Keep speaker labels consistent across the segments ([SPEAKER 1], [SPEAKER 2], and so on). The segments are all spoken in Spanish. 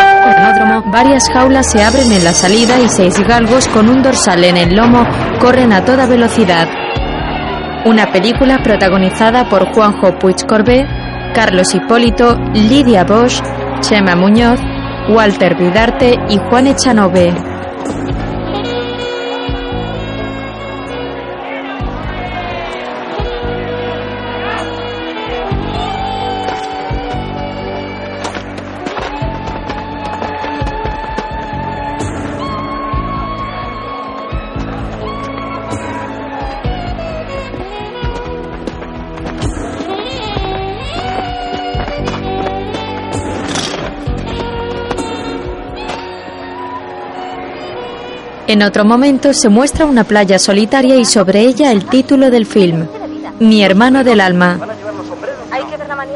[SPEAKER 1] hipódromo, varias jaulas se abren en la salida y seis galgos con un dorsal en el lomo corren a toda velocidad. Una película protagonizada por Juanjo Puig Corbé, Carlos Hipólito, Lidia Bosch, Chema Muñoz, Walter Vidarte y Juan Echanove. En otro momento se muestra una playa solitaria y sobre ella el título del film, Mi hermano del alma.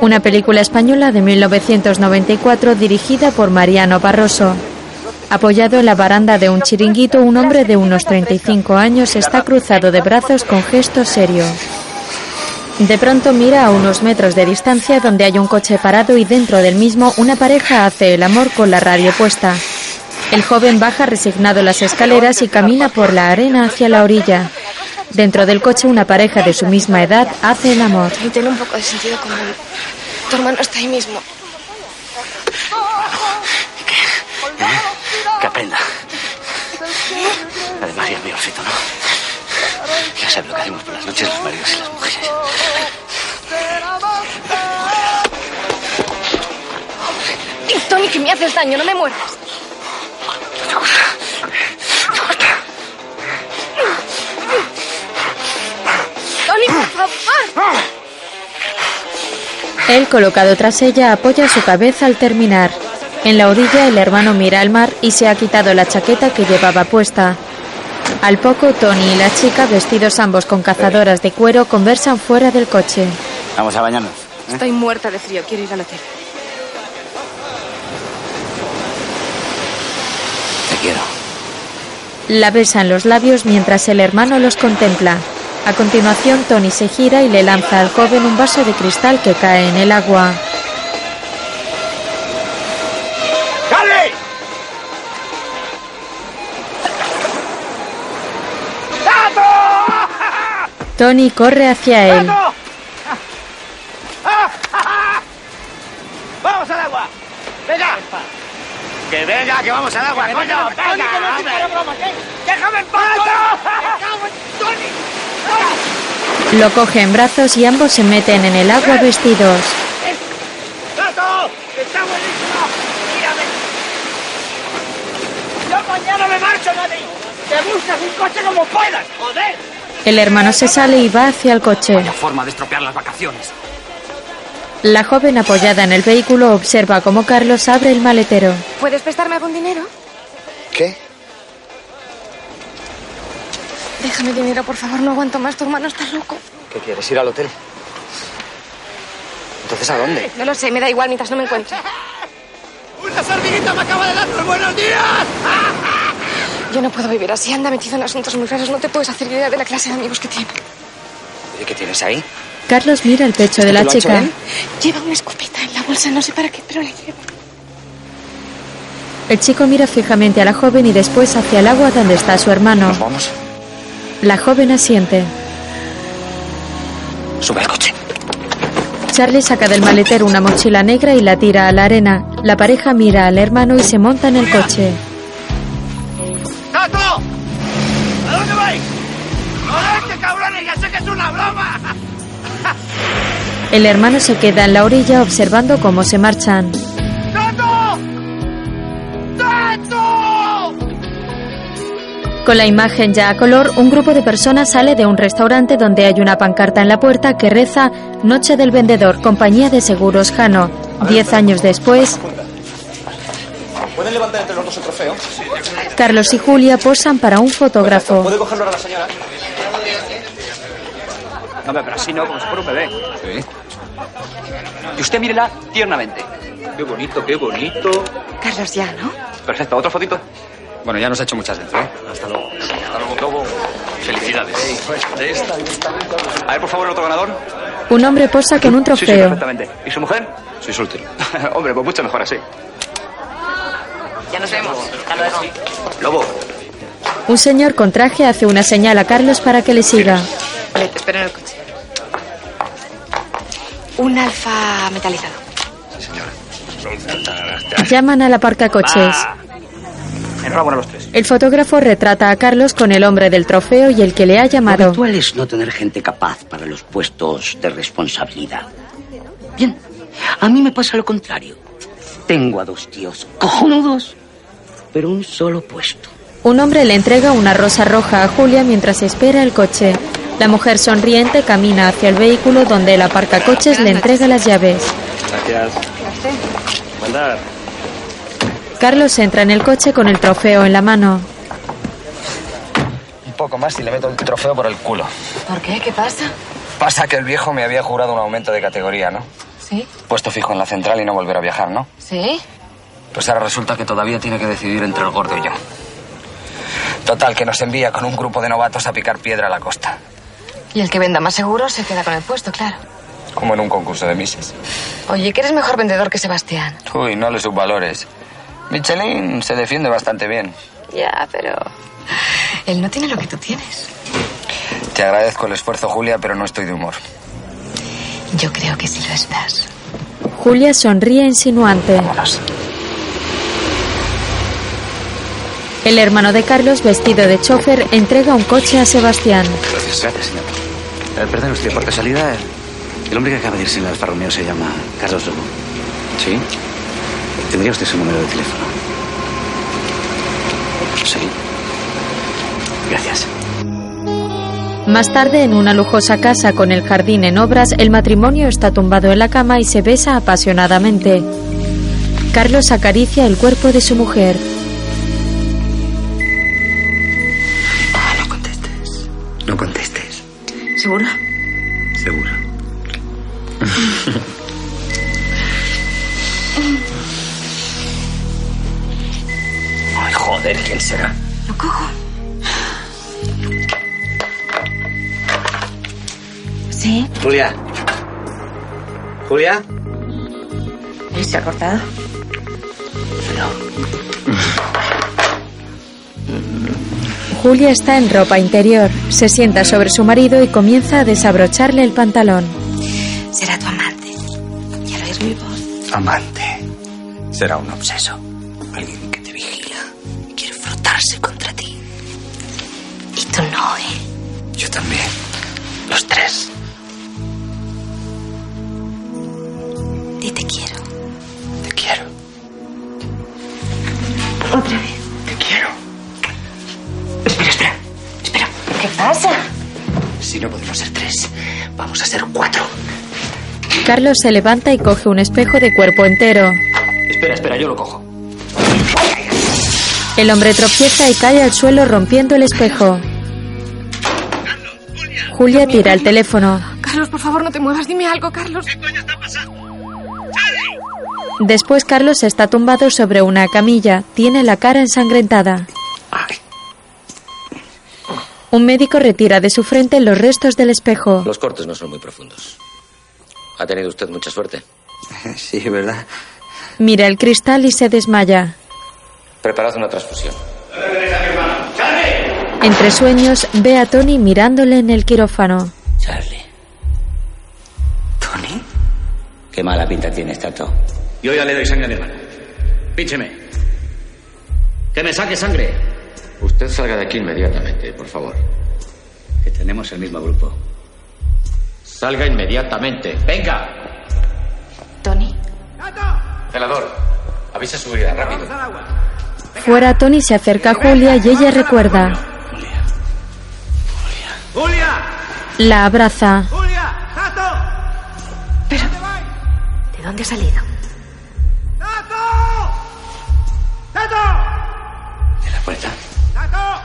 [SPEAKER 1] Una película española de 1994 dirigida por Mariano Barroso. Apoyado en la baranda de un chiringuito, un hombre de unos 35 años está cruzado de brazos con gesto serio. De pronto mira a unos metros de distancia donde hay un coche parado y dentro del mismo una pareja hace el amor con la radio puesta. El joven baja resignado las escaleras y camina por la arena hacia la orilla. Dentro del coche una pareja de su misma edad hace el amor.
[SPEAKER 2] Y ten un poco de sentido común. Tu hermano está ahí mismo.
[SPEAKER 3] Que aprenda. Además, ya es mi bolsito, ¿no? Ya sabes lo que hacemos por las noches los maridos y las mujeres.
[SPEAKER 2] Tony, que me haces daño, no me mueras. Tony, por favor.
[SPEAKER 1] Él, colocado tras ella, apoya su cabeza al terminar. En la orilla el hermano mira al mar y se ha quitado la chaqueta que llevaba puesta. Al poco, Tony y la chica, vestidos ambos con cazadoras de cuero, conversan fuera del coche.
[SPEAKER 3] Vamos a bañarnos. ¿eh?
[SPEAKER 2] Estoy muerta de frío, quiero ir al hotel.
[SPEAKER 3] Te quiero.
[SPEAKER 1] La besa en los labios mientras el hermano los contempla. A continuación, Tony se gira y le lanza al joven un vaso de cristal que cae en el agua.
[SPEAKER 3] ¡Dale!
[SPEAKER 1] Tony corre hacia él.
[SPEAKER 3] ¡Vamos al agua! ¡Venga! ¡Que venga, que vamos al agua, coño! ¡Venga! ¡Déjame en paz!
[SPEAKER 1] Lo coge en brazos y ambos se meten en el agua vestidos.
[SPEAKER 3] ¡Tato! ¡Está buenísimo! ¡Mírame! ¡Yo mañana me marcho, Dani! ¡Te buscas un coche como puedas! ¡Joder!
[SPEAKER 1] El hermano se sale y va hacia el coche.
[SPEAKER 3] La forma de estropear las vacaciones.
[SPEAKER 1] La joven apoyada en el vehículo observa cómo Carlos abre el maletero.
[SPEAKER 2] ¿Puedes prestarme algún dinero?
[SPEAKER 4] ¿Qué?
[SPEAKER 2] Déjame dinero, por favor, no aguanto más. Tu hermano está loco.
[SPEAKER 4] ¿Qué quieres? ¿Ir al hotel? Entonces, ¿a dónde?
[SPEAKER 2] No lo sé, me da igual mientras no me encuentre.
[SPEAKER 3] ¡Una hormiguita me acaba de dar los buenos días!
[SPEAKER 2] Yo no puedo vivir así. Anda metido en asuntos muy raros. No te puedes hacer idea de la clase de amigos que tiene.
[SPEAKER 4] Oye, ¿qué tienes ahí?
[SPEAKER 1] Carlos mira el pecho de la
[SPEAKER 4] ¿Lo ha hecho
[SPEAKER 1] chica.
[SPEAKER 4] él?
[SPEAKER 2] Lleva una escopeta en la bolsa, no sé para qué, pero la lleva.
[SPEAKER 1] El chico mira fijamente a la joven y después hacia el agua donde está su hermano.
[SPEAKER 4] ¿Nos vamos?
[SPEAKER 1] La joven asiente.
[SPEAKER 4] Sube al coche.
[SPEAKER 1] Charlie saca del maletero una mochila negra y la tira a la arena. La pareja mira al hermano y se monta en el coche.
[SPEAKER 3] ¡Tato! ¿A dónde vais? ¡Joder, qué cabrones! ¡Ya sé que es una broma!
[SPEAKER 1] El hermano se queda en la orilla observando cómo se marchan.
[SPEAKER 3] ¡Tato! ¡Tato!
[SPEAKER 1] Con la imagen ya a color, un grupo de personas sale de un restaurante donde hay una pancarta en la puerta que reza Noche del Vendedor, compañía de seguros Jano. Diez años después,
[SPEAKER 4] ¿Pueden levantar entre los dos el trofeo?
[SPEAKER 1] Carlos y Julia posan para un fotógrafo.
[SPEAKER 4] cogerlo ahora la señora?
[SPEAKER 5] No, hombre, pero así no, como si fuera un bebé.
[SPEAKER 4] Sí.
[SPEAKER 5] Y usted mírela tiernamente.
[SPEAKER 4] Qué bonito, qué bonito.
[SPEAKER 2] Carlos, ya, ¿no?
[SPEAKER 5] Perfecto, otra fotito.
[SPEAKER 4] Bueno, ya nos ha hecho muchas veces, ¿eh? Hasta luego.
[SPEAKER 5] Hasta luego, Globo. Felicidades. A ver, por favor, el otro ganador.
[SPEAKER 1] Un hombre posa con un
[SPEAKER 5] Sí, sí,
[SPEAKER 1] trofeo.
[SPEAKER 5] perfectamente. ¿Y su mujer?
[SPEAKER 4] Soy soltero.
[SPEAKER 5] Hombre, pues mucho mejor así.
[SPEAKER 6] Ya nos vemos. Hasta luego.
[SPEAKER 7] Lobo,
[SPEAKER 1] Un señor con traje hace una señal a Carlos para que le siga.
[SPEAKER 6] Vale, te espero en el coche. Un alfa metalizado.
[SPEAKER 1] Llaman al aparcacoches.
[SPEAKER 8] Enhorabuena a los tres.
[SPEAKER 1] El fotógrafo retrata a Carlos con el hombre del trofeo y el que le ha
[SPEAKER 9] Lo
[SPEAKER 1] llamado.
[SPEAKER 9] habitual es no tener gente capaz para los puestos de responsabilidad. Bien, a mí me pasa lo contrario. Tengo a dos tíos cojonudos, pero un solo puesto.
[SPEAKER 1] Un hombre le entrega una rosa roja a Julia mientras espera el coche. La mujer sonriente camina hacia el vehículo donde el aparcacoches le entrega las llaves.
[SPEAKER 10] Gracias. Mandar.
[SPEAKER 1] Carlos entra en el coche con el trofeo en la mano.
[SPEAKER 11] Un poco más y le meto el trofeo por el culo.
[SPEAKER 6] ¿Por qué? ¿Qué pasa?
[SPEAKER 11] Pasa que el viejo me había jurado un aumento de categoría, ¿no?
[SPEAKER 6] ¿Sí?
[SPEAKER 11] Puesto fijo en la central y no volver a viajar, ¿no?
[SPEAKER 6] ¿Sí?
[SPEAKER 11] Pues ahora resulta que todavía tiene que decidir entre el gordo y yo. Total, que nos envía con un grupo de novatos a picar piedra a la costa.
[SPEAKER 6] Y el que venda más seguro se queda con el puesto, claro.
[SPEAKER 11] Como en un concurso de mises.
[SPEAKER 6] Oye, que eres mejor vendedor que Sebastián.
[SPEAKER 11] Uy, no le subvalores. Michelin se defiende bastante bien.
[SPEAKER 6] Ya, pero... Él no tiene lo que tú tienes.
[SPEAKER 11] Te agradezco el esfuerzo, Julia, pero no estoy de humor.
[SPEAKER 6] Yo creo que sí lo estás.
[SPEAKER 1] Julia sonríe insinuante. El hermano de Carlos, vestido de chofer, entrega un coche a Sebastián.
[SPEAKER 7] Gracias. Gracias, señor. Eh, perdón, usted, por casualidad, el- el hombre que acaba de irse en el Alfa Romeo se llama Carlos Lobo. ¿Sí? ¿Tendría usted su número de teléfono? Sí. Gracias.
[SPEAKER 1] Más tarde, en una lujosa casa con el jardín en obras, el matrimonio está tumbado en la cama y se besa apasionadamente. Carlos acaricia el cuerpo de su mujer.
[SPEAKER 11] Ah,
[SPEAKER 7] No contestes.
[SPEAKER 6] ¿Seguro?
[SPEAKER 7] Seguro.
[SPEAKER 11] Ay, joder, ¿quién será?
[SPEAKER 6] Lo cojo. ¿Sí?
[SPEAKER 7] Julia. Julia.
[SPEAKER 6] ¿Y se ha cortado?
[SPEAKER 1] Julia está en ropa interior, se sienta sobre su marido y comienza a desabrocharle el pantalón.
[SPEAKER 6] Será tu amante. Y al oír mi voz...
[SPEAKER 7] Amante. Será un obseso. Alguien que te vigila.
[SPEAKER 6] Quiere frotarse contra ti. Y tú no, ¿eh?
[SPEAKER 7] Yo también. Los tres.
[SPEAKER 6] Y te quiero.
[SPEAKER 7] Te quiero.
[SPEAKER 6] Otra vez.
[SPEAKER 7] Te quiero.
[SPEAKER 6] ¿Qué pasa?
[SPEAKER 7] Si no podemos ser tres, vamos a ser cuatro.
[SPEAKER 1] Carlos se levanta y coge un espejo de cuerpo entero.
[SPEAKER 7] Espera, espera, yo lo cojo.
[SPEAKER 1] El hombre tropieza y cae al suelo rompiendo el espejo. Julia tira el teléfono.
[SPEAKER 12] Carlos, por favor, no te muevas. Dime algo, Carlos.
[SPEAKER 1] Después Carlos está tumbado sobre una camilla, tiene la cara ensangrentada. Un médico retira de su frente los restos del espejo.
[SPEAKER 13] Los cortes no son muy profundos. Ha tenido usted mucha suerte.
[SPEAKER 7] Sí, ¿verdad?
[SPEAKER 1] Mira el cristal y se desmaya.
[SPEAKER 13] Preparad una transfusión.
[SPEAKER 1] Entre sueños ve a Tony mirándole en el quirófano.
[SPEAKER 13] Charlie. ¿Tony? Qué mala pinta tienes, Tato.
[SPEAKER 7] Yo ya le doy sangre a mi hermano. Píncheme. Que me saque sangre. Usted salga de aquí inmediatamente, por favor. Que tenemos el mismo grupo. Salga inmediatamente. Venga.
[SPEAKER 6] Tony.
[SPEAKER 7] Celador, avisa seguridad rápido.
[SPEAKER 1] Fuera Tony se acerca a Julia y ella recuerda.
[SPEAKER 3] ¡Julia!
[SPEAKER 1] La abraza.
[SPEAKER 3] ¡Julia! ¡Tato!
[SPEAKER 6] Pero... ¿De dónde ha salido?
[SPEAKER 3] ¡Tato! ¡Tato!
[SPEAKER 7] De la puerta.
[SPEAKER 3] ¡Tato!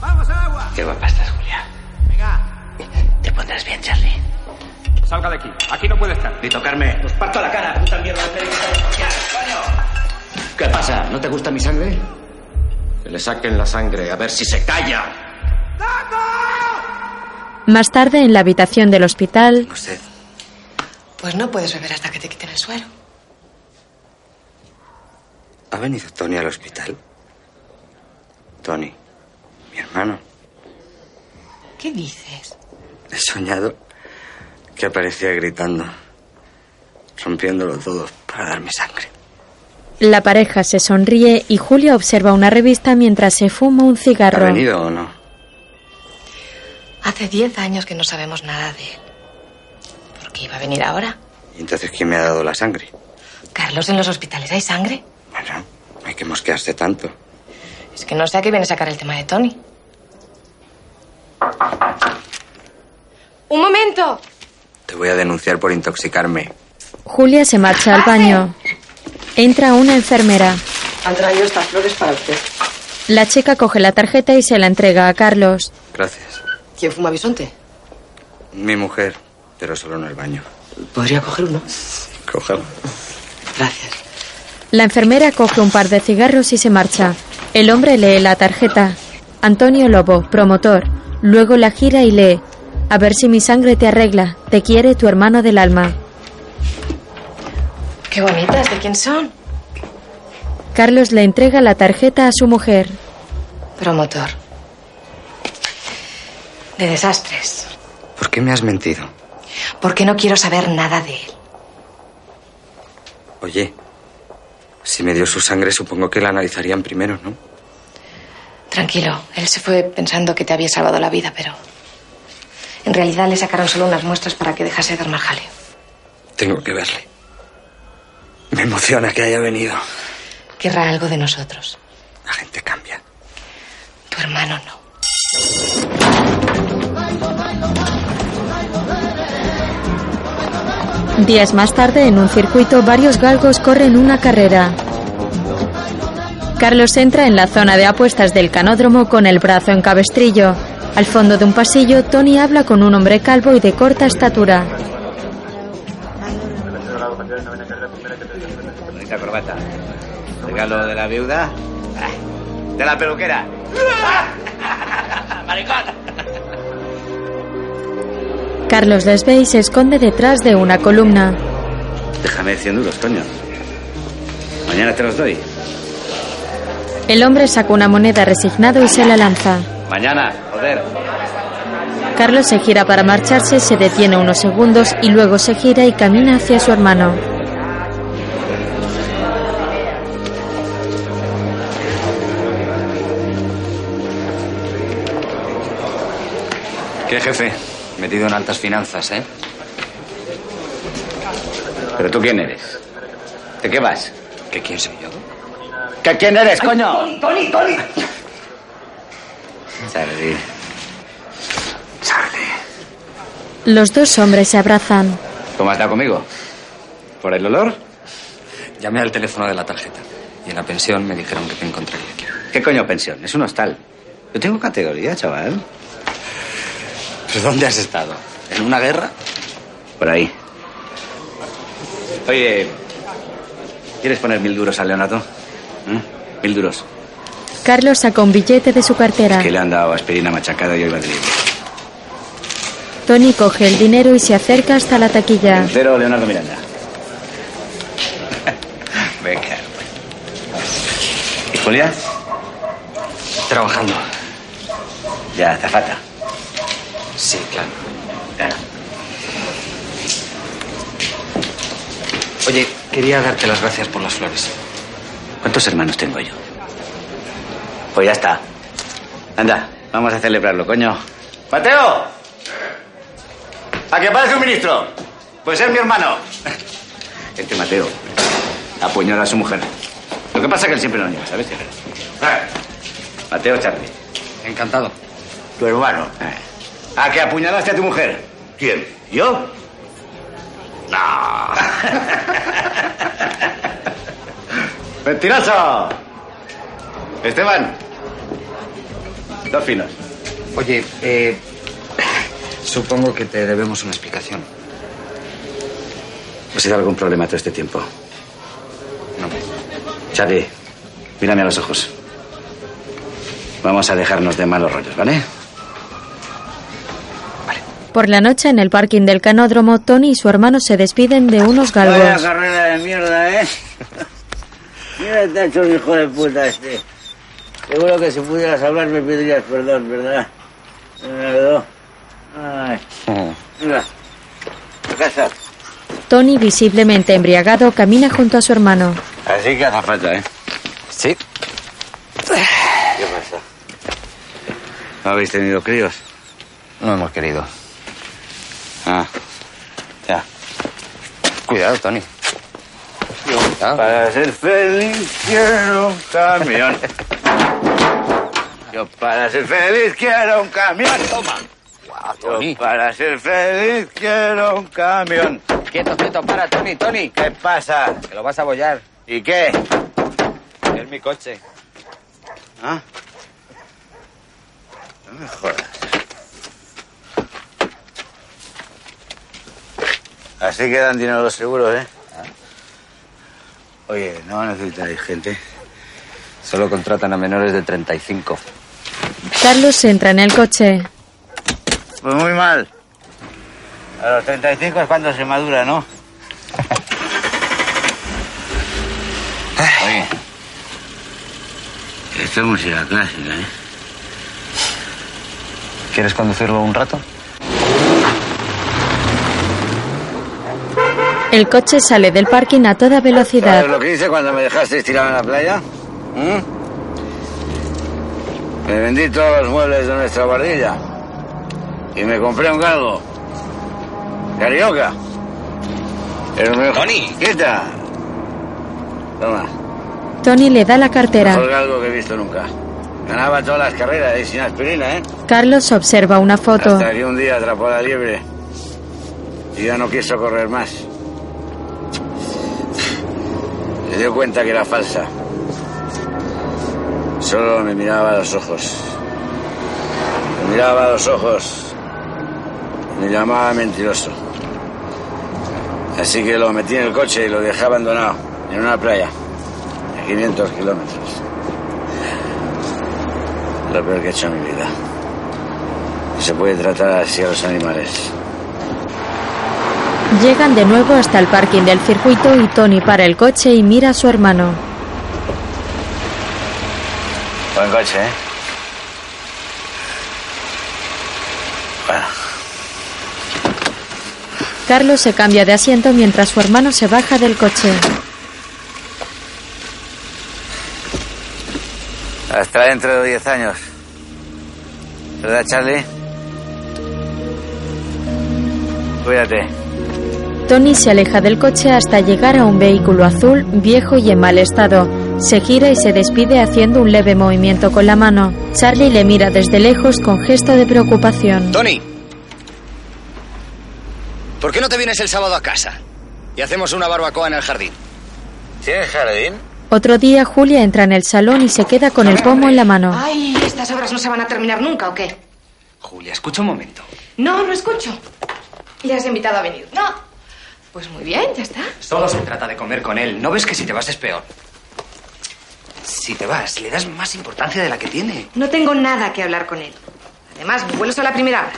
[SPEAKER 3] ¡Vamos al agua!
[SPEAKER 7] Qué guapa estás, Julia.
[SPEAKER 3] Venga.
[SPEAKER 7] Te pondrás bien, Charlie.
[SPEAKER 10] Salga de aquí. Aquí no puede estar.
[SPEAKER 7] Ni tocarme. Os parto la cara, puta mierda. ¿Qué pasa? ¿No te gusta mi sangre? Que le saquen la sangre, a ver si se calla.
[SPEAKER 1] Más tarde, en la habitación del hospital,
[SPEAKER 7] Usted.
[SPEAKER 6] Pues no puedes beber hasta que te quiten el suero.
[SPEAKER 11] ¿Ha venido Tony al hospital? Tony, mi hermano.
[SPEAKER 6] ¿Qué dices?
[SPEAKER 11] He soñado que aparecía gritando, rompiéndolo todo para darme sangre.
[SPEAKER 1] La pareja se sonríe y Julia observa una revista mientras se fuma un
[SPEAKER 11] ¿Ha
[SPEAKER 1] cigarro.
[SPEAKER 11] venido o no?
[SPEAKER 6] Hace diez años que no sabemos nada de él. ¿Por qué iba a venir ahora?
[SPEAKER 11] ¿Y entonces quién me ha dado la sangre?
[SPEAKER 6] Carlos, en los hospitales hay sangre.
[SPEAKER 11] Bueno, no hay que mosquearse tanto.
[SPEAKER 6] Es que no sé a qué viene a sacar el tema de Tony.
[SPEAKER 14] ¡Un momento!
[SPEAKER 11] Te voy a denunciar por intoxicarme.
[SPEAKER 1] Julia se marcha al baño. Entra una enfermera.
[SPEAKER 15] Han traído estas flores para usted.
[SPEAKER 1] La chica coge la tarjeta y se la entrega a Carlos.
[SPEAKER 11] Gracias.
[SPEAKER 15] ¿Quién fuma bisonte?
[SPEAKER 11] Mi mujer, pero solo en el baño.
[SPEAKER 15] Podría coger uno.
[SPEAKER 11] Cójalo.
[SPEAKER 1] La enfermera coge un par de cigarros y se marcha. El hombre lee la tarjeta. Antonio Lobo, promotor. Luego la gira y lee. A ver si mi sangre te arregla. Te quiere tu hermano del alma.
[SPEAKER 6] Qué bonitas, ¿de quién son?
[SPEAKER 1] Carlos le entrega la tarjeta a su mujer.
[SPEAKER 6] Promotor. De desastres.
[SPEAKER 11] ¿Por qué me has mentido?
[SPEAKER 6] Porque no quiero saber nada de él.
[SPEAKER 11] Oye, si me dio su sangre supongo que la analizarían primero, ¿no?
[SPEAKER 6] Tranquilo, él se fue pensando que te había salvado la vida, pero. En realidad le sacaron solo unas muestras para que dejase de dar más jaleo.
[SPEAKER 11] Tengo que verle. Me emociona que haya venido.
[SPEAKER 6] Querrá algo de nosotros.
[SPEAKER 11] La gente cambia.
[SPEAKER 6] Tu hermano no.
[SPEAKER 1] Días más tarde, en un circuito, varios galgos corren una carrera. Carlos entra en la zona de apuestas del canódromo con el brazo en cabestrillo. Al fondo de un pasillo, Tony habla con un hombre calvo y de corta estatura.
[SPEAKER 16] Bonita corbata. Regalo de la viuda. Ah, De la peluquera.
[SPEAKER 1] Carlos les ve y se esconde detrás de una columna.
[SPEAKER 7] Déjame 100 duros, coño. Mañana te los doy.
[SPEAKER 1] El hombre saca una moneda resignado y se la lanza.
[SPEAKER 7] Mañana, joder.
[SPEAKER 1] Carlos se gira para marcharse, se detiene unos segundos y luego se gira y camina hacia su hermano.
[SPEAKER 17] ¿Qué jefe? Metido en altas finanzas, ¿eh?
[SPEAKER 7] ¿Pero tú quién eres? ¿De qué vas?
[SPEAKER 17] ¿Que quién soy yo?
[SPEAKER 7] ¿Que quién eres, coño?
[SPEAKER 16] Tony, Tony.
[SPEAKER 7] Charlie.
[SPEAKER 1] Los dos hombres se abrazan.
[SPEAKER 7] ¿Cómo has dado conmigo?
[SPEAKER 17] ¿Por el olor? Llamé al teléfono de la tarjeta. Y en la pensión me dijeron que te encontraría aquí.
[SPEAKER 7] ¿Qué coño pensión? Es un hostal. Yo tengo categoría, chaval. ¿Pues
[SPEAKER 17] ¿Pero dónde has estado? ¿En una guerra?
[SPEAKER 7] Por ahí. Oye, ¿quieres poner mil duros a Leonardo? ¿Mm? Mil duros.
[SPEAKER 1] Carlos saca un billete de su cartera.
[SPEAKER 7] Que le han dado aspirina machacada y hoy va de libre.
[SPEAKER 1] Tony coge el dinero y se acerca hasta la taquilla.
[SPEAKER 7] Cero, Leonardo Miranda. Venga. ¿Y Julia?
[SPEAKER 17] Trabajando.
[SPEAKER 7] Ya, zafata.
[SPEAKER 17] Sí, claro. Oye, quería darte las gracias por las flores.
[SPEAKER 7] ¿Cuántos hermanos tengo yo? Pues ya está. Anda, vamos a celebrarlo, coño. ¡Mateo! ¿A que aparece un ministro? Pues es mi hermano. Este Mateo apuñala a su mujer. Lo que pasa es que él siempre lo niega, ¿sabes? Eh. Mateo Charlie.
[SPEAKER 17] Encantado.
[SPEAKER 7] Tu hermano. Eh. ¿A que apuñalaste a tu mujer? ¿Quién? ¿Yo? No. ¡Mentiroso! Esteban. Dos finos.
[SPEAKER 17] Oye, eh, supongo que te debemos una explicación.
[SPEAKER 7] ¿Has sido algún problema todo este tiempo? No. Charlie, mírame a los ojos. Vamos a dejarnos de malos rollos, ¿vale?
[SPEAKER 1] Por la noche, en el parking del canódromo, Tony y su hermano se despiden de unos galgos.
[SPEAKER 16] carrera de mierda, ¿eh?
[SPEAKER 18] Mira, Tacho, hijo de puta este. Seguro que si pudieras hablar me pedirías perdón, ¿verdad? ¿Verdad? Ay.
[SPEAKER 7] Mm.
[SPEAKER 18] Mira, a casa.
[SPEAKER 1] Tony, visiblemente embriagado, camina junto a su hermano.
[SPEAKER 11] Así que hace falta, ¿eh?
[SPEAKER 19] Sí.
[SPEAKER 11] ¿Qué pasa? ¿No habéis tenido críos?
[SPEAKER 19] No hemos querido.
[SPEAKER 11] Ah, ya.
[SPEAKER 19] Cuidado, Tony.
[SPEAKER 11] Para ser feliz quiero un camión. Yo para ser feliz quiero un camión. Toma. Yo para ser feliz quiero un camión.
[SPEAKER 19] Quieto, quieto, para, Tony, Tony.
[SPEAKER 11] ¿Qué pasa?
[SPEAKER 19] Que lo vas a bollar.
[SPEAKER 11] ¿Y qué?
[SPEAKER 19] Es mi coche.
[SPEAKER 11] ¿Ah? No me jodas. Así que dan dinero los seguros, ¿eh?
[SPEAKER 19] Ah.
[SPEAKER 11] Oye, no necesitáis gente.
[SPEAKER 19] Solo contratan a menores de 35.
[SPEAKER 1] Carlos entra en el coche.
[SPEAKER 11] Pues muy mal. A los 35 es cuando se madura, ¿no? Oye. Esto es música clásica, ¿eh?
[SPEAKER 19] ¿Quieres conducirlo un rato?
[SPEAKER 1] El coche sale del parking a toda velocidad.
[SPEAKER 11] ¿Sabes lo que hice cuando me dejasteis tirado en la playa? ¿Mm? Me vendí todos los muebles de nuestra barrilla. Y me compré un galgo. Carioca. El mejor.
[SPEAKER 19] ¡Tony!
[SPEAKER 11] ¡Quieta! Toma.
[SPEAKER 1] Tony le da la
[SPEAKER 11] Mejor
[SPEAKER 1] cartera.
[SPEAKER 11] galgo que he visto nunca. Ganaba todas las carreras y sin aspirina, ¿eh?
[SPEAKER 1] Carlos observa una foto.
[SPEAKER 11] Hasta que un día atrapó a la liebre. Y ya no quiso correr más. Se dio cuenta que era falsa. Solo me miraba a los ojos. Me miraba a los ojos. Me llamaba mentiroso. Así que lo metí en el coche y lo dejé abandonado en una playa a 500 kilómetros. Lo peor que he hecho en mi vida. No se puede tratar así a los animales.
[SPEAKER 1] Llegan de nuevo hasta el parking del circuito y Tony para el coche y mira a su hermano.
[SPEAKER 11] Buen coche, ¿eh? Bueno,
[SPEAKER 1] Carlos se cambia de asiento mientras su hermano se baja del coche.
[SPEAKER 11] hasta dentro de 10 años. ¿Verdad, Charlie? Cuídate.
[SPEAKER 1] Tony se aleja del coche hasta llegar a un vehículo azul, viejo y en mal estado. Se gira y se despide haciendo un leve movimiento con la mano. Charlie le mira desde lejos con gesto de preocupación.
[SPEAKER 7] Tony. ¿Por qué no te vienes el sábado a casa? Y hacemos una barbacoa en el jardín.
[SPEAKER 11] ¿Tienes jardín?
[SPEAKER 1] Otro día, Julia entra en el salón y se queda con el pomo en la mano.
[SPEAKER 6] Ay, ¿estas obras no se van a terminar nunca o qué?
[SPEAKER 7] Julia, escucha un momento.
[SPEAKER 6] No, no escucho. Le has invitado a venir. No. Pues muy bien, ya está.
[SPEAKER 7] Solo se trata de comer con él. ¿No ves que si te vas es peor? Si te vas, le das más importancia de la que tiene.
[SPEAKER 6] No tengo nada que hablar con él. Además, mi vuelo es a la primera hora.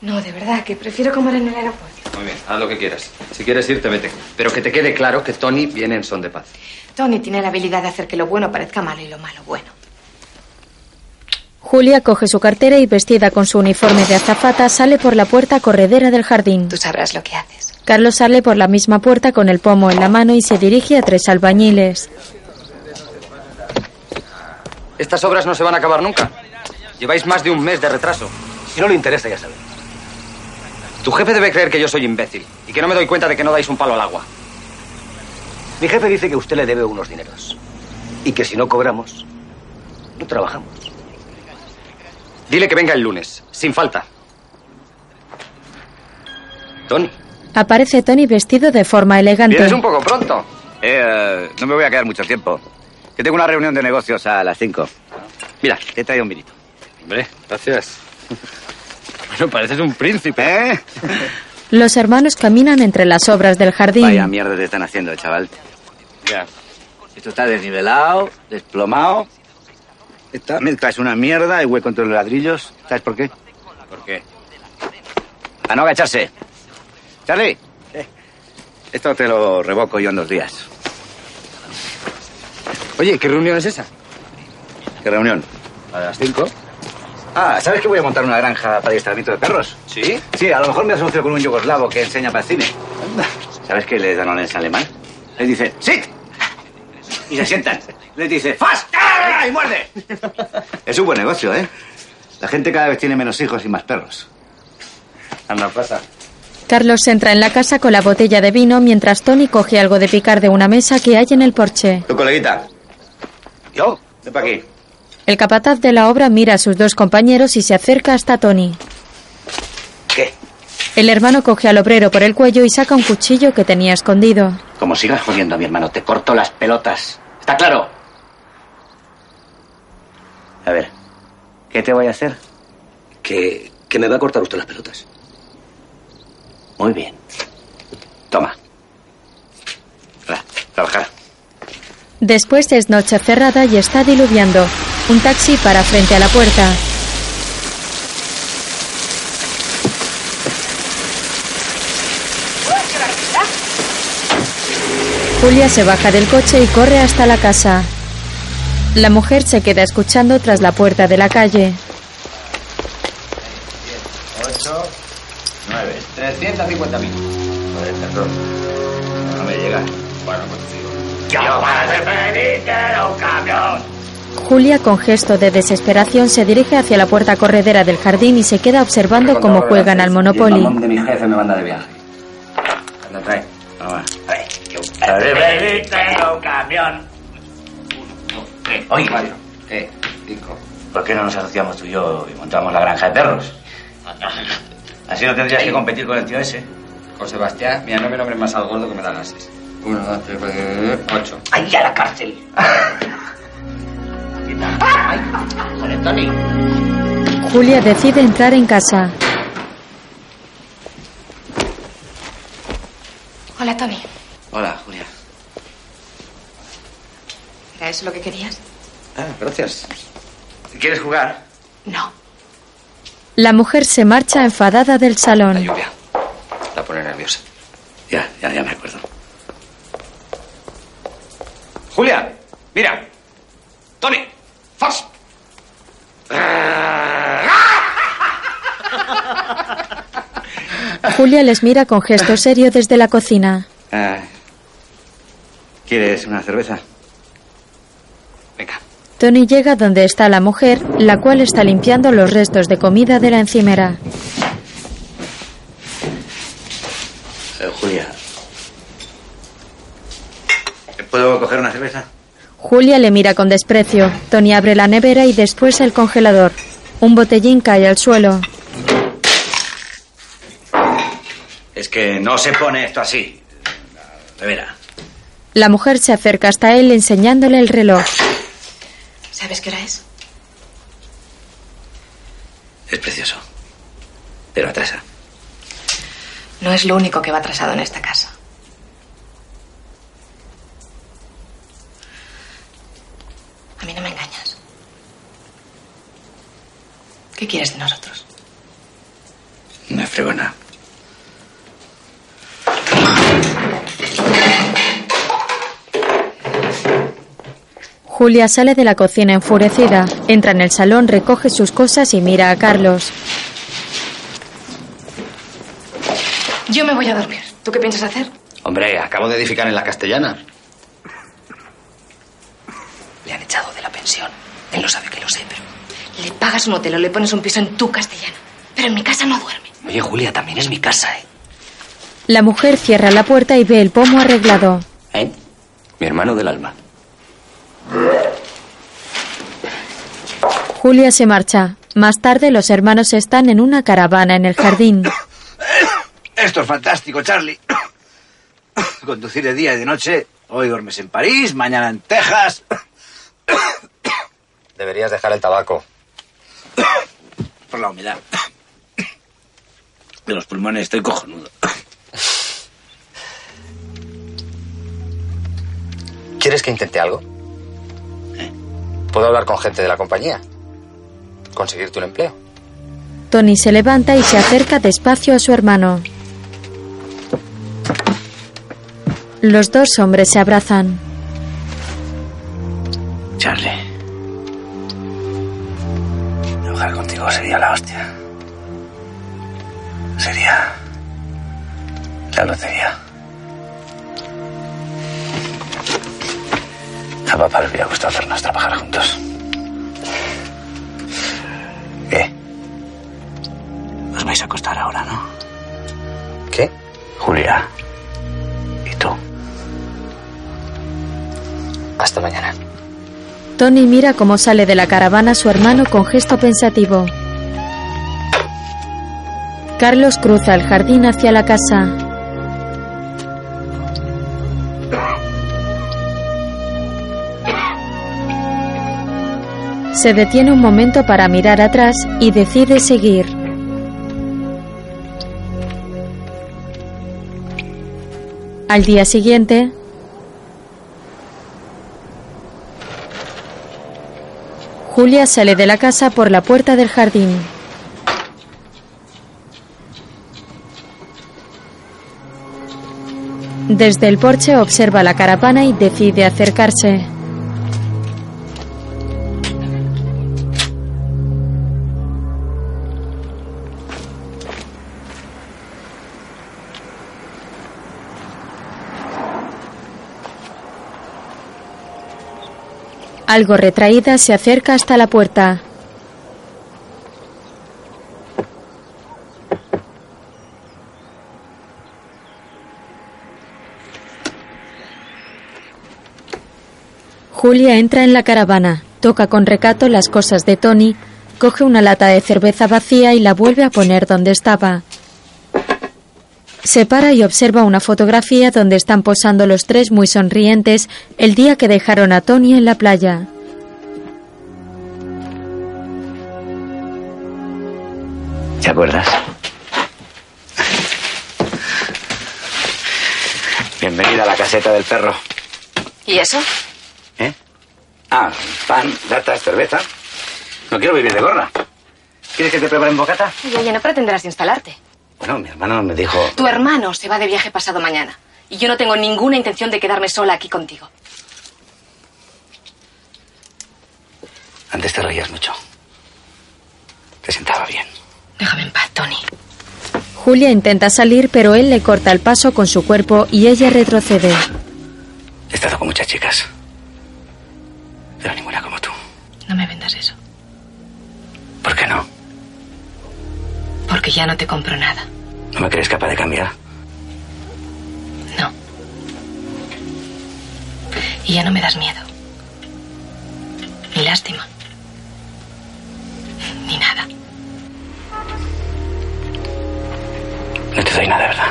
[SPEAKER 6] No, de verdad, que prefiero comer en el aeropuerto.
[SPEAKER 7] Muy bien, haz lo que quieras. Si quieres irte, vete. Pero que te quede claro que Tony viene en son de paz.
[SPEAKER 6] Tony tiene la habilidad de hacer que lo bueno parezca malo y lo malo bueno.
[SPEAKER 1] Julia coge su cartera y vestida con su uniforme de azafata sale por la puerta corredera del jardín.
[SPEAKER 6] Tú sabrás lo que haces.
[SPEAKER 1] Carlos sale por la misma puerta con el pomo en la mano y se dirige a tres albañiles.
[SPEAKER 7] Estas obras no se van a acabar nunca. Lleváis más de un mes de retraso. Si no le interesa, ya sabe. Tu jefe debe creer que yo soy imbécil y que no me doy cuenta de que no dais un palo al agua.
[SPEAKER 20] Mi jefe dice que usted le debe unos dineros. Y que si no cobramos, no trabajamos.
[SPEAKER 7] Dile que venga el lunes, sin falta. Tony,
[SPEAKER 1] Aparece Tony vestido de forma elegante.
[SPEAKER 11] Vienes un poco pronto. Eh, no me voy a quedar mucho tiempo. Que tengo una reunión de negocios a las 5. Mira, te he traído un vinito.
[SPEAKER 7] Hombre, gracias. Bueno, pareces un príncipe.
[SPEAKER 11] ¿Eh?
[SPEAKER 1] Los hermanos caminan entre las obras del jardín.
[SPEAKER 11] Vaya mierda te están haciendo, chaval. Ya. Esto está desnivelado, desplomado. Esta mezcla es una mierda, hay hueco entre los ladrillos. ¿Sabes por qué?
[SPEAKER 7] ¿Por qué?
[SPEAKER 11] A no agacharse. Charlie. Esto te lo revoco yo en dos días.
[SPEAKER 21] Oye, ¿qué reunión es esa? ¿Qué reunión? La de las 5.
[SPEAKER 22] Ah, ¿sabes que voy a montar una granja para adiestramiento de perros?
[SPEAKER 21] ¿Sí?
[SPEAKER 22] Sí, a lo mejor me asocio con un yugoslavo que enseña para el cine.
[SPEAKER 11] ¿Sabes qué le dan en alemán?
[SPEAKER 22] Les dice, ¡sit!
[SPEAKER 11] Y se sientan.
[SPEAKER 22] Les dice, ¡fast! ¡Ah! ¡Y muerde!
[SPEAKER 11] Es un buen negocio, ¿eh? La gente cada vez tiene menos hijos y más perros. Anda, pasa.
[SPEAKER 1] Carlos entra en la casa con la botella de vino mientras Tony coge algo de picar de una mesa que hay en el porche.
[SPEAKER 11] Tu coleguita. ¿Yo? Ven para aquí.
[SPEAKER 1] El capataz de la obra mira a sus dos compañeros y se acerca hasta Tony.
[SPEAKER 11] ¿Qué?
[SPEAKER 1] El hermano coge al obrero por el cuello y saca un cuchillo que tenía escondido.
[SPEAKER 11] Como sigas jodiendo a mi hermano, te corto las pelotas. ¿Está claro? A ver, ¿qué te voy a hacer?
[SPEAKER 22] Que, que me va a cortar usted las pelotas.
[SPEAKER 11] Muy bien. Toma. Ra, trabajar.
[SPEAKER 1] Después es noche cerrada y está diluviando. Un taxi para frente a la puerta. Julia se baja del coche y corre hasta la casa. La mujer se queda escuchando tras la puerta de la calle.
[SPEAKER 11] 8, 9, 350 mil. Joder, perdón. No me llega. Bueno, pues digo. Yo para ser feliz era un camión.
[SPEAKER 1] Julia, con gesto de desesperación, se dirige hacia la puerta corredera del jardín y se queda observando cómo juegan al
[SPEAKER 21] Y el
[SPEAKER 1] Monopoly.
[SPEAKER 21] mamón de mi jefe me manda de viaje. Anda, trae. Vamos. A ver. A ver, ven.
[SPEAKER 11] era un camión. Oye, Mario. Eh, cinco. ¿Por qué no nos asociamos tú y yo y montamos la granja de perros? Así no tendrías que competir con el tío ese.
[SPEAKER 7] Con Sebastián, mira, no me nombres más al gordo que me da gases. Uno, dos, tres, cuatro, cinco, ocho.
[SPEAKER 23] ¡Ay, a la cárcel!
[SPEAKER 11] ¡Ay! Joder, Tony.
[SPEAKER 1] Julia decide entrar en casa.
[SPEAKER 6] Hola, Tony.
[SPEAKER 21] Hola, Julia.
[SPEAKER 6] ¿Era eso lo que querías?
[SPEAKER 21] Ah, gracias. ¿Quieres jugar?
[SPEAKER 6] No.
[SPEAKER 1] La mujer se marcha enfadada del salón.
[SPEAKER 21] La pone nerviosa. Ya, ya, ya me acuerdo.
[SPEAKER 3] Julia, mira. Tony, Fox.
[SPEAKER 1] Julia les mira con gesto serio desde la cocina.
[SPEAKER 11] Ah, ¿Quieres una cerveza?
[SPEAKER 1] Tony llega donde está la mujer, la cual está limpiando los restos de comida de la encimera.
[SPEAKER 11] Eh, Julia. ¿Puedo coger una cerveza?
[SPEAKER 1] Julia le mira con desprecio. Tony abre la nevera y después el congelador. Un botellín cae al suelo.
[SPEAKER 11] Es que no se pone esto así. De vera.
[SPEAKER 1] La mujer se acerca hasta él enseñándole el reloj.
[SPEAKER 6] ¿Sabes qué hora es?
[SPEAKER 11] Es precioso. Pero atrasa.
[SPEAKER 6] No es lo único que va atrasado en esta casa. A mí no me engañas. ¿Qué quieres de nosotros?
[SPEAKER 21] Una fregona.
[SPEAKER 1] Julia sale de la cocina enfurecida. Entra en el salón, recoge sus cosas y mira a Carlos.
[SPEAKER 6] Yo me voy a dormir. ¿Tú qué piensas hacer?
[SPEAKER 11] Hombre, acabo de edificar en la castellana.
[SPEAKER 6] Le han echado de la pensión. Él no sabe que lo sé, pero... Le pagas un hotel o le pones un piso en tu castellana. Pero en mi casa no duerme.
[SPEAKER 23] Oye, Julia, también es mi casa, ¿eh?
[SPEAKER 1] La mujer cierra la puerta y ve el pomo arreglado.
[SPEAKER 23] ¿Eh? Mi hermano del alma.
[SPEAKER 1] Julia se marcha. Más tarde los hermanos están en una caravana en el jardín.
[SPEAKER 11] Esto es fantástico, Charlie. Conducir de día y de noche. Hoy duermes en París, mañana en Texas.
[SPEAKER 7] Deberías dejar el tabaco.
[SPEAKER 11] Por la humedad. De los pulmones estoy cojonudo.
[SPEAKER 7] ¿Quieres que intente algo?
[SPEAKER 11] ¿Eh?
[SPEAKER 7] Puedo hablar con gente de la compañía. Conseguirte un empleo.
[SPEAKER 1] Tony se levanta y se acerca despacio a su hermano. Los dos hombres se abrazan.
[SPEAKER 11] escucharle. Trabajar contigo sería la hostia. Sería la lotería. A papá le hubiera gustado hacernos trabajar juntos. ¿Qué? Os vais a acostar ahora, ¿no? ¿Qué? Julia. ¿Y tú? Hasta mañana.
[SPEAKER 1] Tony mira cómo sale de la caravana su hermano con gesto pensativo. Carlos cruza el jardín hacia la casa. Se detiene un momento para mirar atrás y decide seguir. Al día siguiente, Julia sale de la casa por la puerta del jardín. Desde el porche observa la caravana y decide acercarse. Algo retraída se acerca hasta la puerta. Julia entra en la caravana, toca con recato las cosas de Tony, coge una lata de cerveza vacía y la vuelve a poner donde estaba. Se para y observa una fotografía donde están posando los tres muy sonrientes el día que dejaron a Tony en la playa.
[SPEAKER 11] ¿Te acuerdas? Bienvenida a la caseta del perro. ¿Eh?
[SPEAKER 6] ¿Y eso?
[SPEAKER 11] Ah, pan, latas, cerveza. No quiero vivir de gorra. ¿Quieres que te preparen bocata?
[SPEAKER 6] Y oye, no pretenderás instalarte.
[SPEAKER 11] Bueno, mi hermano me dijo...
[SPEAKER 6] Tu hermano se va de viaje pasado mañana. Y yo no tengo ninguna intención de quedarme sola aquí contigo.
[SPEAKER 11] Antes te reías mucho. Te sentaba bien.
[SPEAKER 6] Déjame en paz, Tony.
[SPEAKER 1] Julia intenta salir, pero él le corta el paso con su cuerpo y ella retrocede.
[SPEAKER 11] He estado con muchas chicas. Pero ninguna como tú.
[SPEAKER 6] No me vendas eso.
[SPEAKER 11] ¿Por qué no?
[SPEAKER 6] Porque ya no te compro nada.
[SPEAKER 11] ¿No me crees capaz de cambiar?
[SPEAKER 6] No. Y ya no me das miedo. Ni lástima. Ni nada.
[SPEAKER 11] No te doy nada, ¿verdad?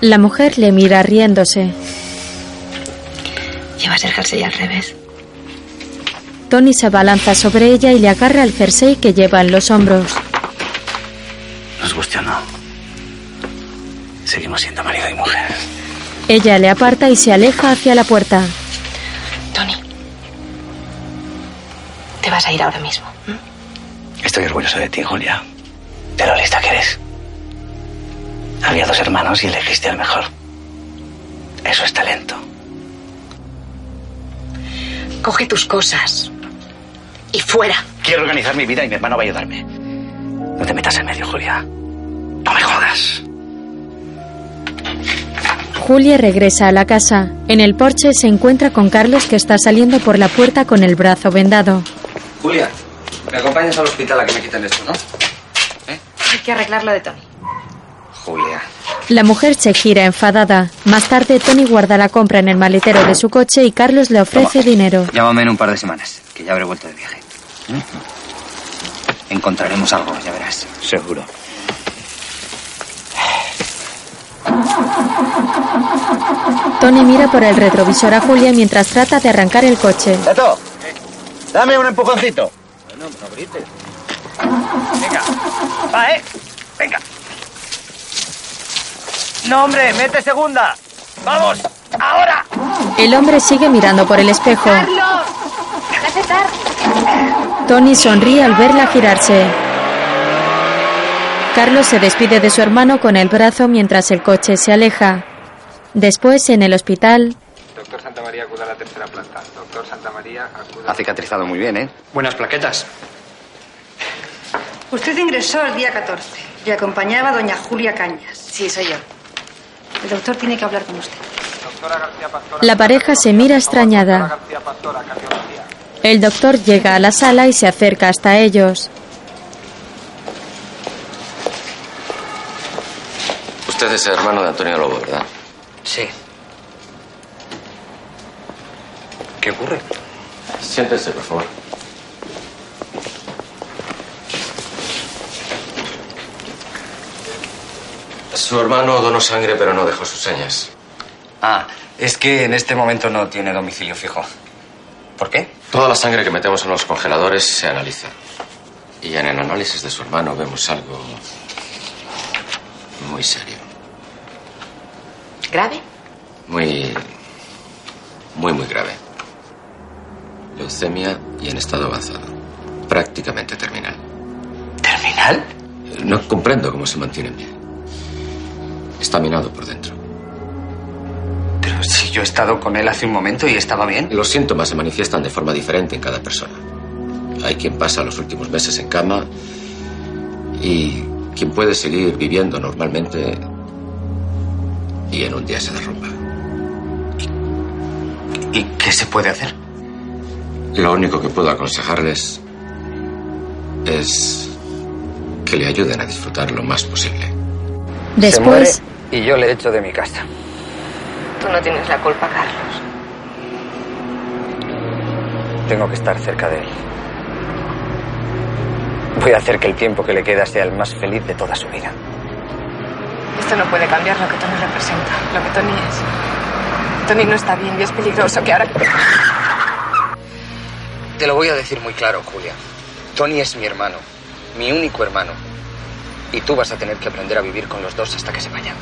[SPEAKER 1] La mujer le mira riéndose.
[SPEAKER 6] Llevas el jersey al revés.
[SPEAKER 1] Tony se abalanza sobre ella y le agarra el jersey que lleva en los hombros.
[SPEAKER 11] Nos guste o no. Seguimos siendo marido y mujer.
[SPEAKER 1] Ella le aparta y se aleja hacia la puerta.
[SPEAKER 6] Tony. Te vas a ir ahora mismo.
[SPEAKER 11] Estoy orgulloso de ti, Julia. De lo lista que eres. Había dos hermanos y elegiste al mejor. Eso es talento.
[SPEAKER 6] Coge tus cosas. Y fuera.
[SPEAKER 11] Quiero organizar mi vida y mi hermano va a ayudarme. No te metas en medio, Julia. No me jodas.
[SPEAKER 1] Julia regresa a la casa. En el porche se encuentra con Carlos que está saliendo por la puerta con el brazo vendado.
[SPEAKER 21] Julia, me acompañas al hospital a que me quiten esto, ¿no?
[SPEAKER 6] Hay que arreglar lo de Tony.
[SPEAKER 21] Julia.
[SPEAKER 1] La mujer se gira enfadada. Más tarde Tony guarda la compra en el maletero de su coche y Carlos le ofrece dinero.
[SPEAKER 21] Llámame en un par de semanas, que ya habré vuelto de viaje. Encontraremos algo, ya verás. Seguro.
[SPEAKER 1] Tony mira por el retrovisor a Julia mientras trata de arrancar el coche.
[SPEAKER 3] ¡Tato! Dame un empujoncito.
[SPEAKER 24] Bueno, no grites.
[SPEAKER 3] Venga. Va, eh. Venga. No, hombre, mete segunda. Vamos, ahora.
[SPEAKER 1] El hombre sigue mirando por el espejo. Tony sonríe al verla girarse. Carlos se despide de su hermano con el brazo mientras el coche se aleja. Después, en el hospital,
[SPEAKER 24] Doctor Santa María acuda a la tercera planta. Doctor Santa María, acuda.
[SPEAKER 21] Ha cicatrizado muy bien, ¿eh? Buenas plaquetas.
[SPEAKER 25] Usted ingresó el día 14 y acompañaba a doña Julia Cañas. Sí, soy yo. El doctor tiene que hablar con usted.
[SPEAKER 24] Doctora García Pastora.
[SPEAKER 1] La pareja se mira extrañada.
[SPEAKER 24] García Pastora, cardiología.
[SPEAKER 1] El doctor llega a la sala y se acerca hasta ellos.
[SPEAKER 5] Usted es hermano de Antonio Lobo, ¿verdad?
[SPEAKER 7] Sí. ¿Qué ocurre?
[SPEAKER 5] Siéntese, por favor. Su hermano donó sangre, pero no dejó sus señas.
[SPEAKER 7] Ah, es que en este momento no tiene domicilio fijo. ¿Por qué?
[SPEAKER 5] Toda la sangre que metemos en los congeladores se analiza. Y en el análisis de su hermano vemos algo muy serio,
[SPEAKER 6] ¿Grave?
[SPEAKER 5] muy, muy, muy grave. Leucemia y en estado avanzado, prácticamente terminal. Eh,
[SPEAKER 7] ¿Terminal?
[SPEAKER 5] No comprendo cómo se mantiene en pie. Está minado por dentro.
[SPEAKER 7] Pero si yo he estado con él hace un momento y estaba bien.
[SPEAKER 5] Los síntomas se manifiestan de forma diferente en cada persona. Hay quien pasa los últimos meses en cama y quien puede seguir viviendo normalmente y en un día se derrumba.
[SPEAKER 7] ¿Y qué se puede hacer?
[SPEAKER 5] Lo único que puedo aconsejarles es que le ayuden a disfrutar lo más posible.
[SPEAKER 1] Después,
[SPEAKER 7] Y yo le echo de mi casa.
[SPEAKER 6] Tú no tienes la culpa, Carlos.
[SPEAKER 7] Tengo que estar cerca de él. Voy a hacer que el tiempo que le queda sea el más feliz de toda su vida.
[SPEAKER 2] Esto no puede cambiar lo que Tony representa, lo que Tony es. Tony no está bien y es peligroso que ahora...
[SPEAKER 7] Te lo voy a decir muy claro, Julia. Tony es mi hermano, mi único hermano. Y tú vas a tener que aprender a vivir con los dos hasta que se vayan.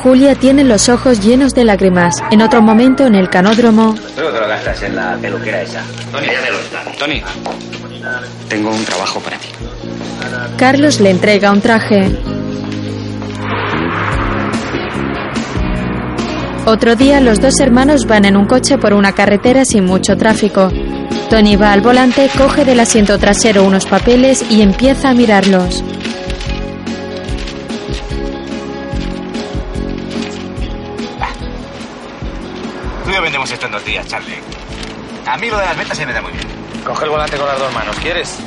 [SPEAKER 1] Julia tiene los ojos llenos de lágrimas. En otro momento, en el canódromo,
[SPEAKER 11] Luego te lo gastas en la peluquera esa. Tony, ya te lo está. Tony.
[SPEAKER 7] Tengo un trabajo para ti.
[SPEAKER 1] Carlos le entrega un traje. Otro día los dos hermanos van en un coche por una carretera sin mucho tráfico. Tony va al volante, coge del asiento trasero unos papeles y empieza a mirarlos.
[SPEAKER 11] Tú y yo vendemos esto en dos días, Charlie. A mí lo de las ventas se me da muy bien.
[SPEAKER 21] Coge el volante con las dos manos, ¿quieres?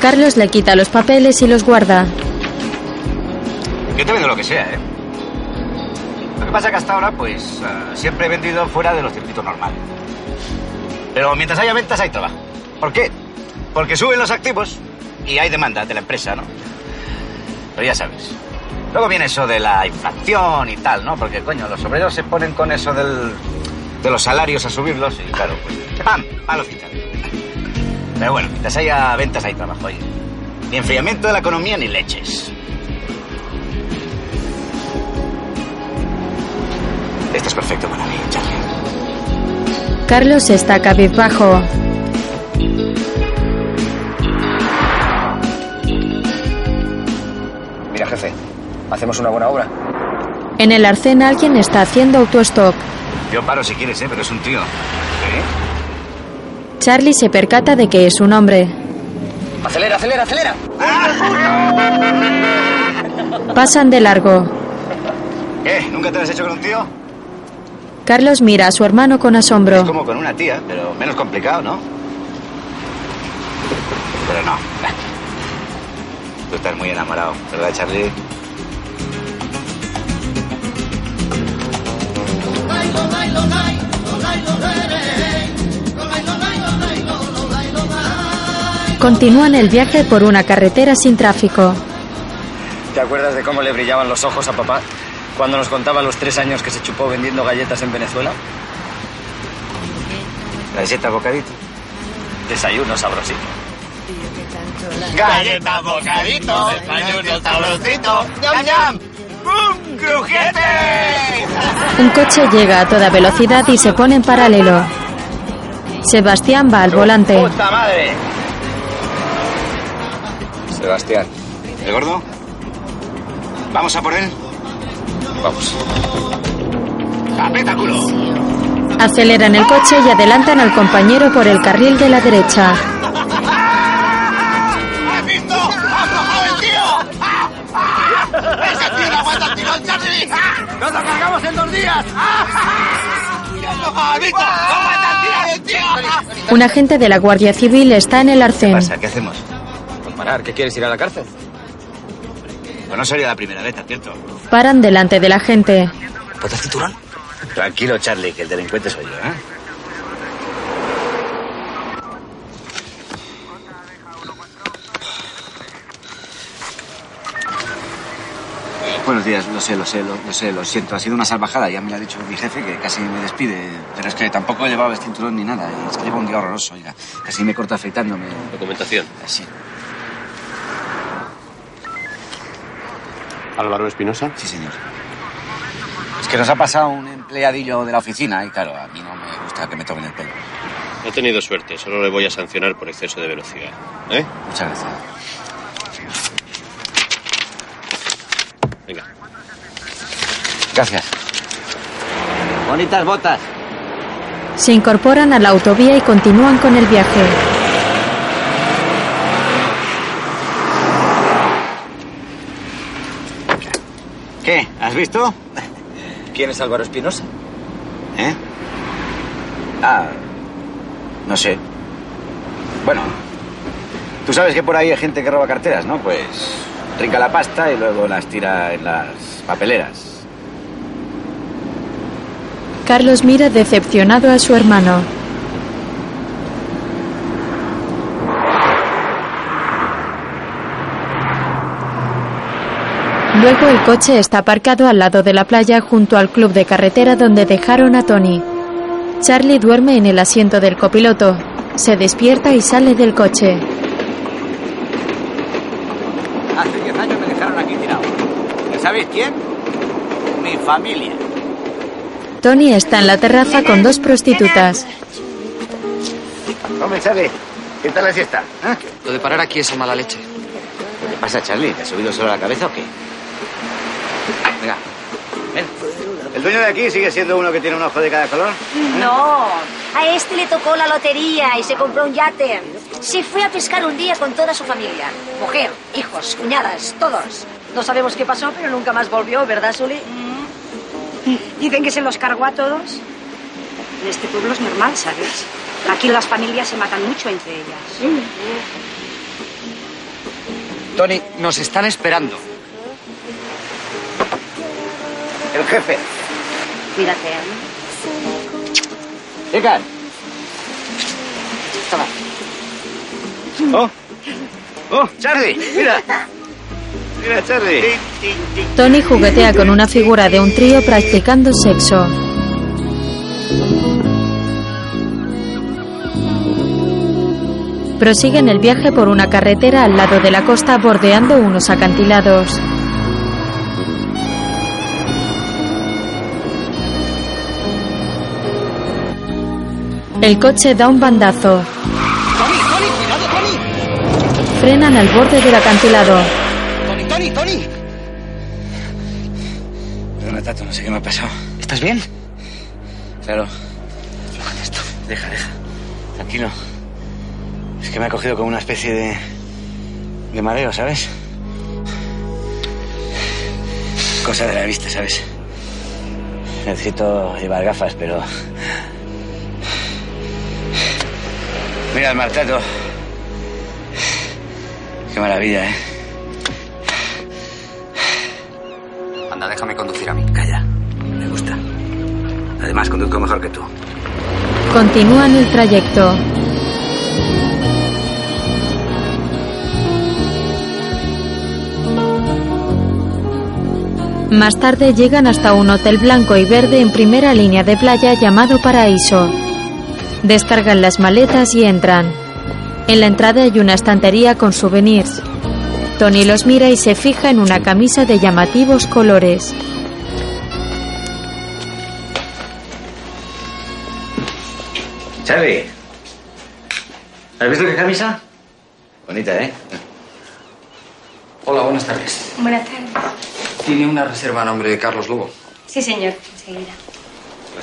[SPEAKER 1] Carlos le quita los papeles y los guarda.
[SPEAKER 11] Yo te vendo lo que sea, ¿eh? Lo que pasa es que hasta ahora, pues, ah, siempre he vendido fuera de los circuitos normales. Pero mientras haya ventas, hay trabajo. ¿Por qué? Porque suben los activos y hay demanda de la empresa, ¿no? Pero ya sabes. Luego viene eso de la inflación y tal, ¿no? Porque, coño, los obreros se ponen con eso del, de los salarios a subirlos y, claro, pues, ¡pam! Al hospital. Pero bueno, mientras haya ventas, hay trabajo, oye. Ni enfriamiento de la economía ni leches. Esto es perfecto para mí, Charlie.
[SPEAKER 1] Carlos está cabizbajo.
[SPEAKER 7] Mira, jefe, hacemos una buena obra.
[SPEAKER 1] En el arcén alguien está haciendo autostop.
[SPEAKER 11] Yo paro si quieres, ¿eh? Pero es un tío. ¿Eh?
[SPEAKER 1] Charlie se percata de que es un hombre.
[SPEAKER 7] Acelera, acelera, acelera.
[SPEAKER 1] Pasan de largo.
[SPEAKER 11] ¿Qué? ¿Nunca te lo has hecho con un tío?
[SPEAKER 1] Carlos mira a su hermano con
[SPEAKER 11] Es
[SPEAKER 1] asombro.
[SPEAKER 11] como con una tía, pero menos complicado, ¿no? Pero no. Tú estás muy enamorado, ¿verdad, Charlie?
[SPEAKER 1] Continúan el viaje por una carretera sin tráfico.
[SPEAKER 21] ¿Te acuerdas de cómo le brillaban los ojos a papá cuando nos contaba los tres años que se chupó vendiendo galletas en Venezuela?
[SPEAKER 11] Galleta bocadito. Desayuno sabrosito. Galleta bocadito. Desayuno sabrosito. ¡Ñam, ñam! ¡Bum! ¡Crujete!
[SPEAKER 1] Un coche llega a toda velocidad y se pone en paralelo. Sebastián va al volante.
[SPEAKER 11] ¡Puta madre!
[SPEAKER 21] Sebastián.
[SPEAKER 11] ¿El gordo? ¿Vamos a por él?
[SPEAKER 21] Vamos.
[SPEAKER 11] ¡Apeta culo!
[SPEAKER 1] Aceleran el coche y adelantan al compañero por el carril de la derecha.
[SPEAKER 3] ¡Has visto! ¡Has aflojado el tío! ¡Ah! ¡Ah! ¡Ese tío no aguanta el tirón, Charlie! ¡Ah! ¡Nos lo cargamos en dos días! ¡Ah! ¡Has aflojado, has visto! ¡No aguanta el tirón, el tío! ¡Ah!
[SPEAKER 1] Un agente de la Guardia Civil está en el arcén.
[SPEAKER 7] ¿Qué hacemos? Pues Parar, ¿qué quieres ir a la cárcel? Pues no sería la primera vez, ¿cierto?
[SPEAKER 1] Paran delante del agente.
[SPEAKER 7] ¿Puedo el cinturón? Tranquilo, Charlie, que el delincuente soy yo, ¿eh?
[SPEAKER 11] Buenos días, lo sé, lo sé, lo, lo sé, lo siento. Ha sido una salvajada, ya me lo ha dicho mi jefe que casi me despide. Pero es que tampoco llevaba el cinturón ni nada. Y es que lleva un día horroroso, oiga. Casi me corta afeitándome. Eh,
[SPEAKER 5] Documentación.
[SPEAKER 11] Así.
[SPEAKER 5] Álvaro Espinosa.
[SPEAKER 11] Sí, señor. Es que nos ha pasado un empleadillo de la oficina y claro, a mí no me gusta que me tomen el pelo.
[SPEAKER 5] He tenido suerte, solo le voy a sancionar por exceso de velocidad. ¿Eh?
[SPEAKER 11] Muchas gracias.
[SPEAKER 5] Venga.
[SPEAKER 11] Gracias.
[SPEAKER 7] Bonitas botas.
[SPEAKER 1] Se incorporan a la autovía y continúan con el viaje.
[SPEAKER 7] ¿Qué? ¿Has visto? ¿Quién es Álvaro Espinosa?
[SPEAKER 11] ¿Eh?
[SPEAKER 7] Ah,
[SPEAKER 11] No sé. Bueno, tú sabes que por ahí hay gente que roba carteras, ¿no? Pues rica la pasta y luego las tira en las papeleras.
[SPEAKER 1] Carlos mira decepcionado a su hermano. Luego el coche está aparcado al lado de la playa junto al club de carretera donde dejaron a Tony. Charlie duerme en el asiento del copiloto. Se despierta y sale del coche.
[SPEAKER 7] Hace 10 años me dejaron aquí tirado. ¿Y ¿Sabéis quién? Mi familia.
[SPEAKER 1] Tony está en la terraza con dos prostitutas.
[SPEAKER 26] Hombre, Charlie, ¿qué tal la siesta?
[SPEAKER 7] Lo de parar aquí es mala leche. ¿Qué pasa, Charlie? ¿Te has subido solo a la cabeza o qué? Venga, ven. ¿El dueño de aquí sigue siendo uno que tiene un ojo de cada color?
[SPEAKER 6] No, a este le tocó la lotería y se compró un yate. Se fue a pescar un día con toda su familia. Mujer, hijos, cuñadas, todos. No sabemos qué pasó, pero nunca más volvió, ¿verdad, Suli? Dicen que se los cargó a todos.
[SPEAKER 27] En este pueblo es normal, ¿sabes? Aquí las familias se matan mucho entre ellas.
[SPEAKER 7] Tony, nos están esperando. El jefe.
[SPEAKER 27] Cuídate. ¿eh?
[SPEAKER 7] Chicas.
[SPEAKER 27] Toma.
[SPEAKER 7] Oh. Oh, Charlie, mira. Mira, Charlie.
[SPEAKER 1] Tony juguetea con una figura de un trío practicando sexo. Prosiguen el viaje por una carretera al lado de la costa bordeando unos acantilados. El coche da un bandazo.
[SPEAKER 3] ¡Tony, Tony, cuidado, Tony!
[SPEAKER 1] Frenan al borde del acantilado.
[SPEAKER 3] ¡Tony, Tony, Tony!
[SPEAKER 11] Perdona, Tato, no sé qué me ha pasado. ¿Estás bien? Claro. esto. Deja, deja. Tranquilo. Es que me ha cogido como una especie de. de mareo, ¿sabes? Cosa de la vista, ¿sabes? Necesito llevar gafas, pero. Mira el mar, Tato. Qué maravilla, ¿eh?
[SPEAKER 7] Anda, déjame conducir a mí. Calla. Me gusta. Además, conduzco mejor que tú.
[SPEAKER 1] Continúan el trayecto. Más tarde llegan hasta un hotel blanco y verde en primera línea de playa llamado Paraíso. Descargan las maletas y entran. En la entrada hay una estantería con souvenirs. Tony los mira y se fija en una camisa de llamativos colores.
[SPEAKER 7] Charlie. ¿Has visto qué camisa? Bonita, ¿eh?
[SPEAKER 28] Hola, buenas tardes.
[SPEAKER 29] Buenas tardes.
[SPEAKER 28] Tiene una reserva a nombre de Carlos Lobo.
[SPEAKER 29] Sí, señor.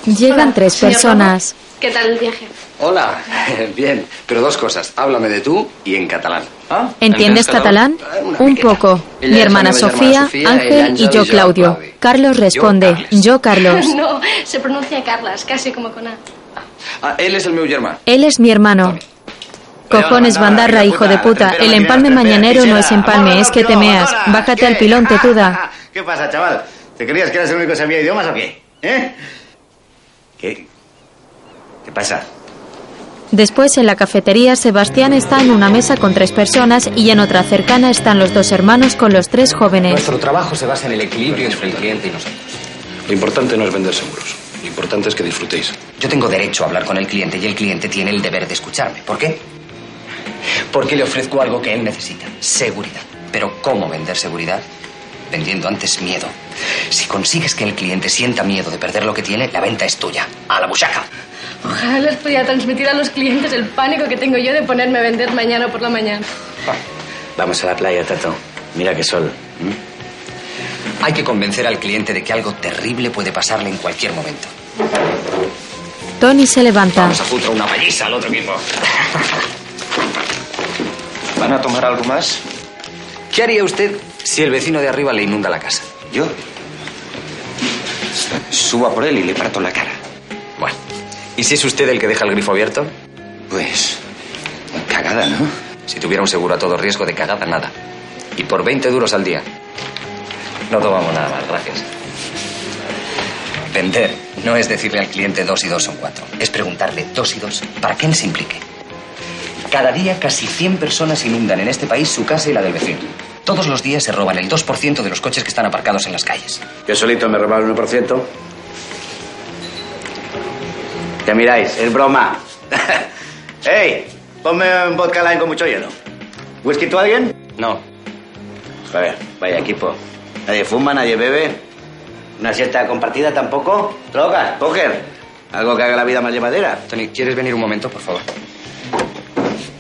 [SPEAKER 29] Enseguida.
[SPEAKER 1] Llegan tres
[SPEAKER 30] señor
[SPEAKER 1] personas.
[SPEAKER 30] ¿Qué tal el viaje?
[SPEAKER 7] Hola, bien, pero dos cosas. Háblame de tú y en catalán. ¿Ah?
[SPEAKER 1] ¿Entiendes catalán? Un poco.
[SPEAKER 7] Ella
[SPEAKER 1] Mi
[SPEAKER 7] es
[SPEAKER 1] hermana
[SPEAKER 7] amiga de mi
[SPEAKER 1] Sofía,
[SPEAKER 7] hermana Sofía, ella
[SPEAKER 1] Ángel y
[SPEAKER 7] Ángel
[SPEAKER 1] yo
[SPEAKER 7] y yo,
[SPEAKER 1] Claudio. Carlos responde, yo Carlos.
[SPEAKER 30] no, se pronuncia Carlas, casi como con A.
[SPEAKER 7] Ah, él es el meu germà.
[SPEAKER 1] Él es mi hermano. Cojones, bandarra, hijo de puta. El empalme mañanero no es empalme, es que te meas. Bájate al pilón, tetuda.
[SPEAKER 11] ¿Qué pasa, chaval? ¿Te creías que eras el único que sabía idiomas o qué? ¿Eh? ¿Qué? ¿Qué pasa?
[SPEAKER 1] Después, en la cafetería, Sebastián está en una mesa con tres personas y en otra cercana están los dos hermanos con los tres jóvenes.
[SPEAKER 7] Nuestro trabajo se basa en el equilibrio entre el cliente y nosotros.
[SPEAKER 31] Lo importante no es vender seguros. Lo importante es que disfrutéis.
[SPEAKER 7] Yo tengo derecho a hablar con el cliente y el cliente tiene el deber de escucharme. ¿Por qué? Porque le ofrezco algo que él necesita, seguridad. Pero ¿cómo vender seguridad? Vendiendo antes miedo. Si consigues que el cliente sienta miedo de perder lo que tiene, la venta es tuya. A la buchaca.
[SPEAKER 30] Ojalá les pudiera transmitir a los clientes el pánico que tengo yo de ponerme a vender mañana por la mañana.
[SPEAKER 7] Vamos a la playa, Tato. Mira qué sol. ¿Mm? Hay que convencer al cliente de que algo terrible puede pasarle en cualquier momento.
[SPEAKER 1] Tony se levanta.
[SPEAKER 7] Vamos a putra una paliza al otro equipo. ¿Van a tomar algo más? ¿Qué haría usted si el vecino de arriba le inunda la casa? ¿Yo? Suba por él y le parto la cara. Bueno. ¿Y si es usted el que deja el grifo abierto? Pues. Cagada, ¿no? Si tuviera un seguro a todo riesgo de cagada, nada. Y por 20 duros al día. No tomamos nada más, gracias. Vender no es decirle al cliente dos y dos son cuatro. Es preguntarle dos y dos para que él se implique. Cada día casi 100 personas inundan en este país su casa y la del vecino. Todos los días se roban el 2% de los coches que están aparcados en las calles.
[SPEAKER 32] Yo solito me robaba el 1%. ¿Qué miráis? Es broma.
[SPEAKER 11] ¡Ey! Ponme un vodka lime con mucho hielo. ¿Whisky tú alguien?
[SPEAKER 32] No.
[SPEAKER 11] Joder, vaya equipo. Nadie fuma, nadie bebe. ¿Una siesta compartida tampoco? ¿Drogas? ¿Póker? ¿Algo que haga la vida más llevadera?
[SPEAKER 7] Tony, ¿quieres venir un momento, por favor?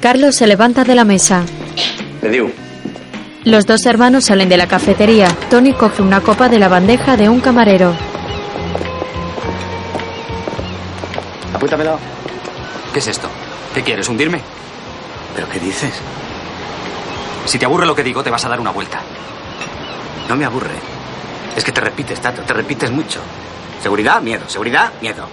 [SPEAKER 1] Carlos se levanta de la mesa.
[SPEAKER 11] Le digo.
[SPEAKER 1] Los dos hermanos salen de la cafetería. Tony coge una copa de la bandeja de un camarero.
[SPEAKER 7] Apúntamelo. ¿Qué es esto? ¿Qué quieres, hundirme? ¿Pero qué dices? Si te aburre lo que digo, te vas a dar una vuelta. No me aburre. Es que te repites, Tato, te repites mucho. Seguridad, miedo, seguridad, miedo.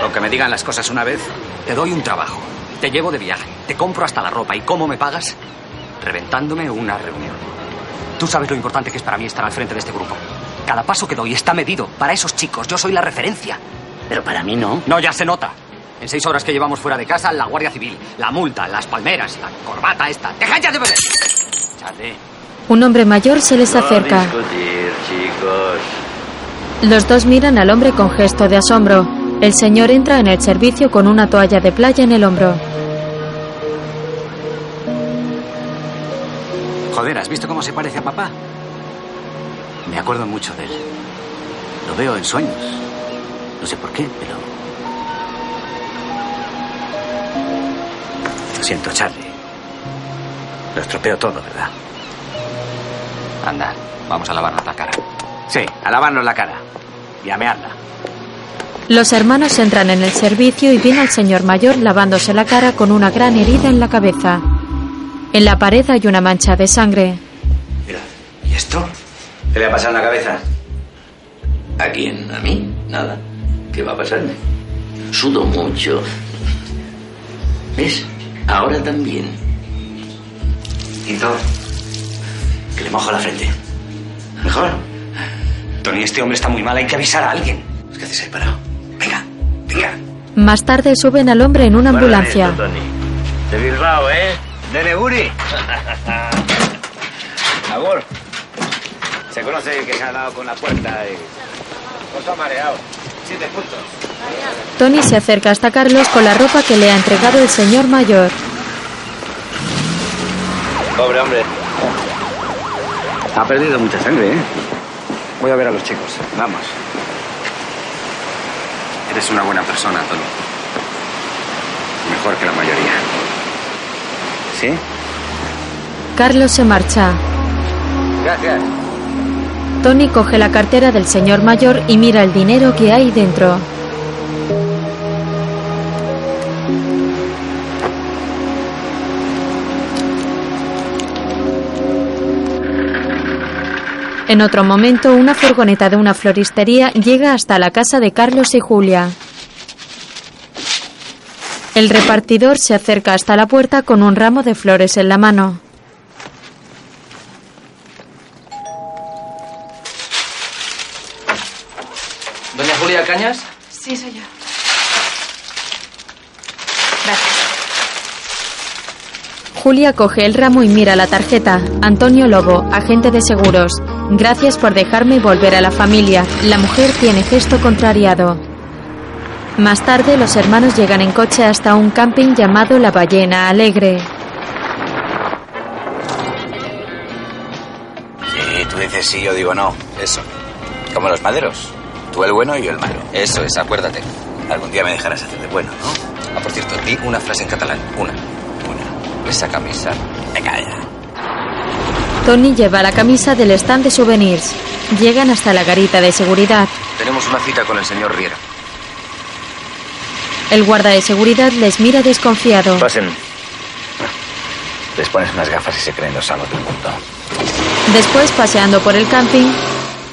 [SPEAKER 7] Aunque me digan las cosas una vez, te doy un trabajo, te llevo de viaje, te compro hasta la ropa y ¿cómo me pagas? Reventándome una reunión. Tú sabes lo importante que es para mí estar al frente de este grupo. Cada paso que doy está medido. Para esos chicos, yo soy la referencia. Pero para mí no. No, ya se nota. En seis horas que llevamos fuera de casa, la Guardia Civil, la multa, las palmeras, la corbata esta. ¡Deja ya de beber! Chale.
[SPEAKER 1] Un hombre mayor se les
[SPEAKER 11] No
[SPEAKER 1] acerca.
[SPEAKER 11] discutir, chicos.
[SPEAKER 1] Los dos miran al hombre con gesto de asombro. El señor entra en el servicio con una toalla de playa en el hombro.
[SPEAKER 32] Joder, ¿has visto cómo se parece a papá? Me acuerdo mucho de él. Lo veo en sueños. No sé por qué, pero... Lo siento, Charlie. Lo estropeo todo, ¿verdad? Anda, vamos a lavarnos la cara. Sí, a lavarnos la cara. Y a mearla.
[SPEAKER 1] Los hermanos entran en el servicio y ven al señor mayor lavándose la cara con una gran herida en la cabeza. En la pared hay una mancha de sangre.
[SPEAKER 32] ¿Y esto?
[SPEAKER 33] ¿Qué le ha pasado en la cabeza? ¿A quién? ¿A mí? Nada. ¿Qué va a pasarme? Sudo mucho. ¿Ves? Ahora también.
[SPEAKER 32] Pintor. Que le mojo la frente. Mejor. Tony, este hombre está muy mal. Hay que avisar a alguien. ¿Qué haces ahí parado? Venga, venga.
[SPEAKER 1] Más tarde suben al hombre en una ambulancia.
[SPEAKER 32] De Bilbao, ¿eh? De Neguri. Agur.
[SPEAKER 34] Se conoce que se ha dado con la puerta y... Os ha mareado. Siete puntos.
[SPEAKER 1] Tony se acerca hasta Carlos con la ropa que le ha entregado el señor mayor.
[SPEAKER 35] Pobre hombre. Ha perdido mucha sangre, ¿eh?
[SPEAKER 7] Voy a ver a los chicos. Vamos. Eres una buena persona, Tony. Mejor que la mayoría. ¿Sí?
[SPEAKER 1] Carlos se marcha.
[SPEAKER 32] Gracias.
[SPEAKER 1] Tony coge la cartera del señor mayor y mira el dinero que hay dentro. En otro momento, una furgoneta de una floristería llega hasta la casa de Carlos y Julia. El repartidor se acerca hasta la puerta con un ramo de flores en la mano.
[SPEAKER 7] Doña Julia Cañas,
[SPEAKER 6] Sí, soy yo.
[SPEAKER 1] Julia coge el ramo y mira la tarjeta. Antonio Lobo, agente de seguros. Gracias por dejarme volver a la familia. La mujer tiene gesto contrariado. Más tarde, los hermanos llegan en coche hasta un camping llamado La Ballena Alegre.
[SPEAKER 11] Sí, tú dices sí, yo digo no. Eso. Como los maderos. Tú el bueno y yo el malo. Eso es, acuérdate. Algún día me dejarás hacer de bueno, ¿no? Ah, por cierto, di una frase en catalán. Una. Una. Esa camisa. Me calla.
[SPEAKER 1] Tony lleva la camisa del stand de souvenirs. Llegan hasta la garita de seguridad.
[SPEAKER 7] tenemos una cita con el señor Riera.
[SPEAKER 1] El guarda de seguridad les mira desconfiado.
[SPEAKER 11] Pasen. Les pones unas gafas y se creen los amos del mundo.
[SPEAKER 1] Después, paseando por el camping,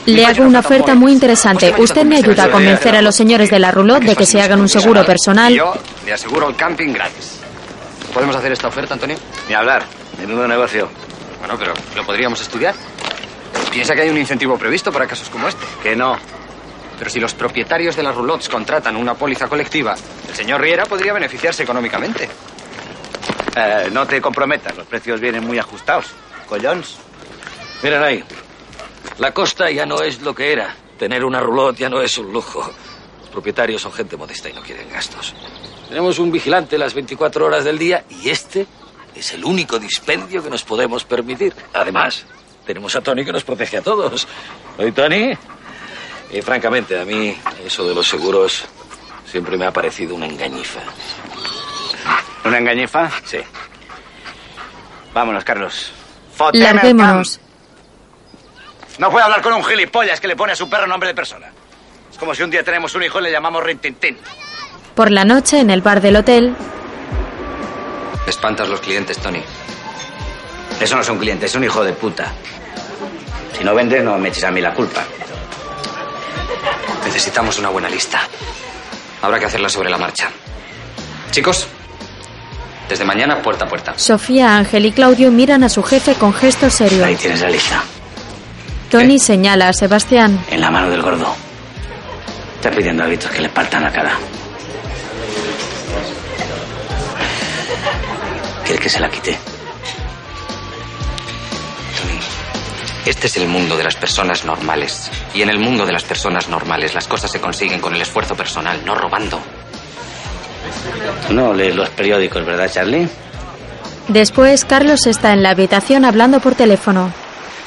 [SPEAKER 1] le hago una oferta muy interesante. Usted me ayuda a convencer a los señores de la Roulotte de que se hagan un seguro personal.
[SPEAKER 7] Yo le aseguro el camping gratis. ¿Podemos hacer esta oferta, Antonio?
[SPEAKER 11] Ni hablar. Menudo negocio.
[SPEAKER 7] Bueno, pero lo podríamos estudiar. Piensa que hay un incentivo previsto para casos como este.
[SPEAKER 11] Que no.
[SPEAKER 7] Pero si los propietarios de las roulottes contratan una póliza colectiva, el señor Riera podría beneficiarse económicamente.
[SPEAKER 11] Eh, no te comprometas, los precios vienen muy ajustados. Collons.
[SPEAKER 36] Miren ahí. La costa ya no es lo que era. Tener una roulotte ya no es un lujo. Los propietarios son gente modesta y no quieren gastos. Tenemos un vigilante las 24 horas del día y este es el único dispendio que nos podemos permitir. Además, tenemos a Tony que nos protege a todos. ¿No hay Tony? Y francamente, a mí eso de los seguros siempre me ha parecido una engañifa.
[SPEAKER 11] ¿Una engañifa? Sí. Vámonos, Carlos. Foteme al
[SPEAKER 1] Larguémonos.
[SPEAKER 11] camp. No puedo hablar con un gilipollas que le pone a su perro nombre de persona. Es como si un día tenemos un hijo y le llamamos Rintintín.
[SPEAKER 1] Por la noche, en el bar del hotel,
[SPEAKER 11] Espantas los clientes, Tony. Eso no son clientes, es un hijo de puta. Si no vendes, no me eches a mí la culpa.
[SPEAKER 7] Necesitamos una buena lista. Habrá que hacerla sobre la marcha. Chicos, desde mañana puerta a puerta.
[SPEAKER 1] Sofía, Ángel y Claudio miran a su jefe con gesto serio.
[SPEAKER 11] Ahí tienes la lista.
[SPEAKER 1] Tony señala a Sebastián.
[SPEAKER 11] En la mano del gordo. Está pidiendo a gritos que le partan la cara. ¿Quieres que se la quite?
[SPEAKER 7] Este es el mundo de las personas normales. Y en el mundo de las personas normales las cosas se consiguen con el esfuerzo personal, no robando.
[SPEAKER 11] Tú no lees los periódicos, ¿verdad, Charlie?
[SPEAKER 1] Después, Carlos está en la habitación hablando por teléfono.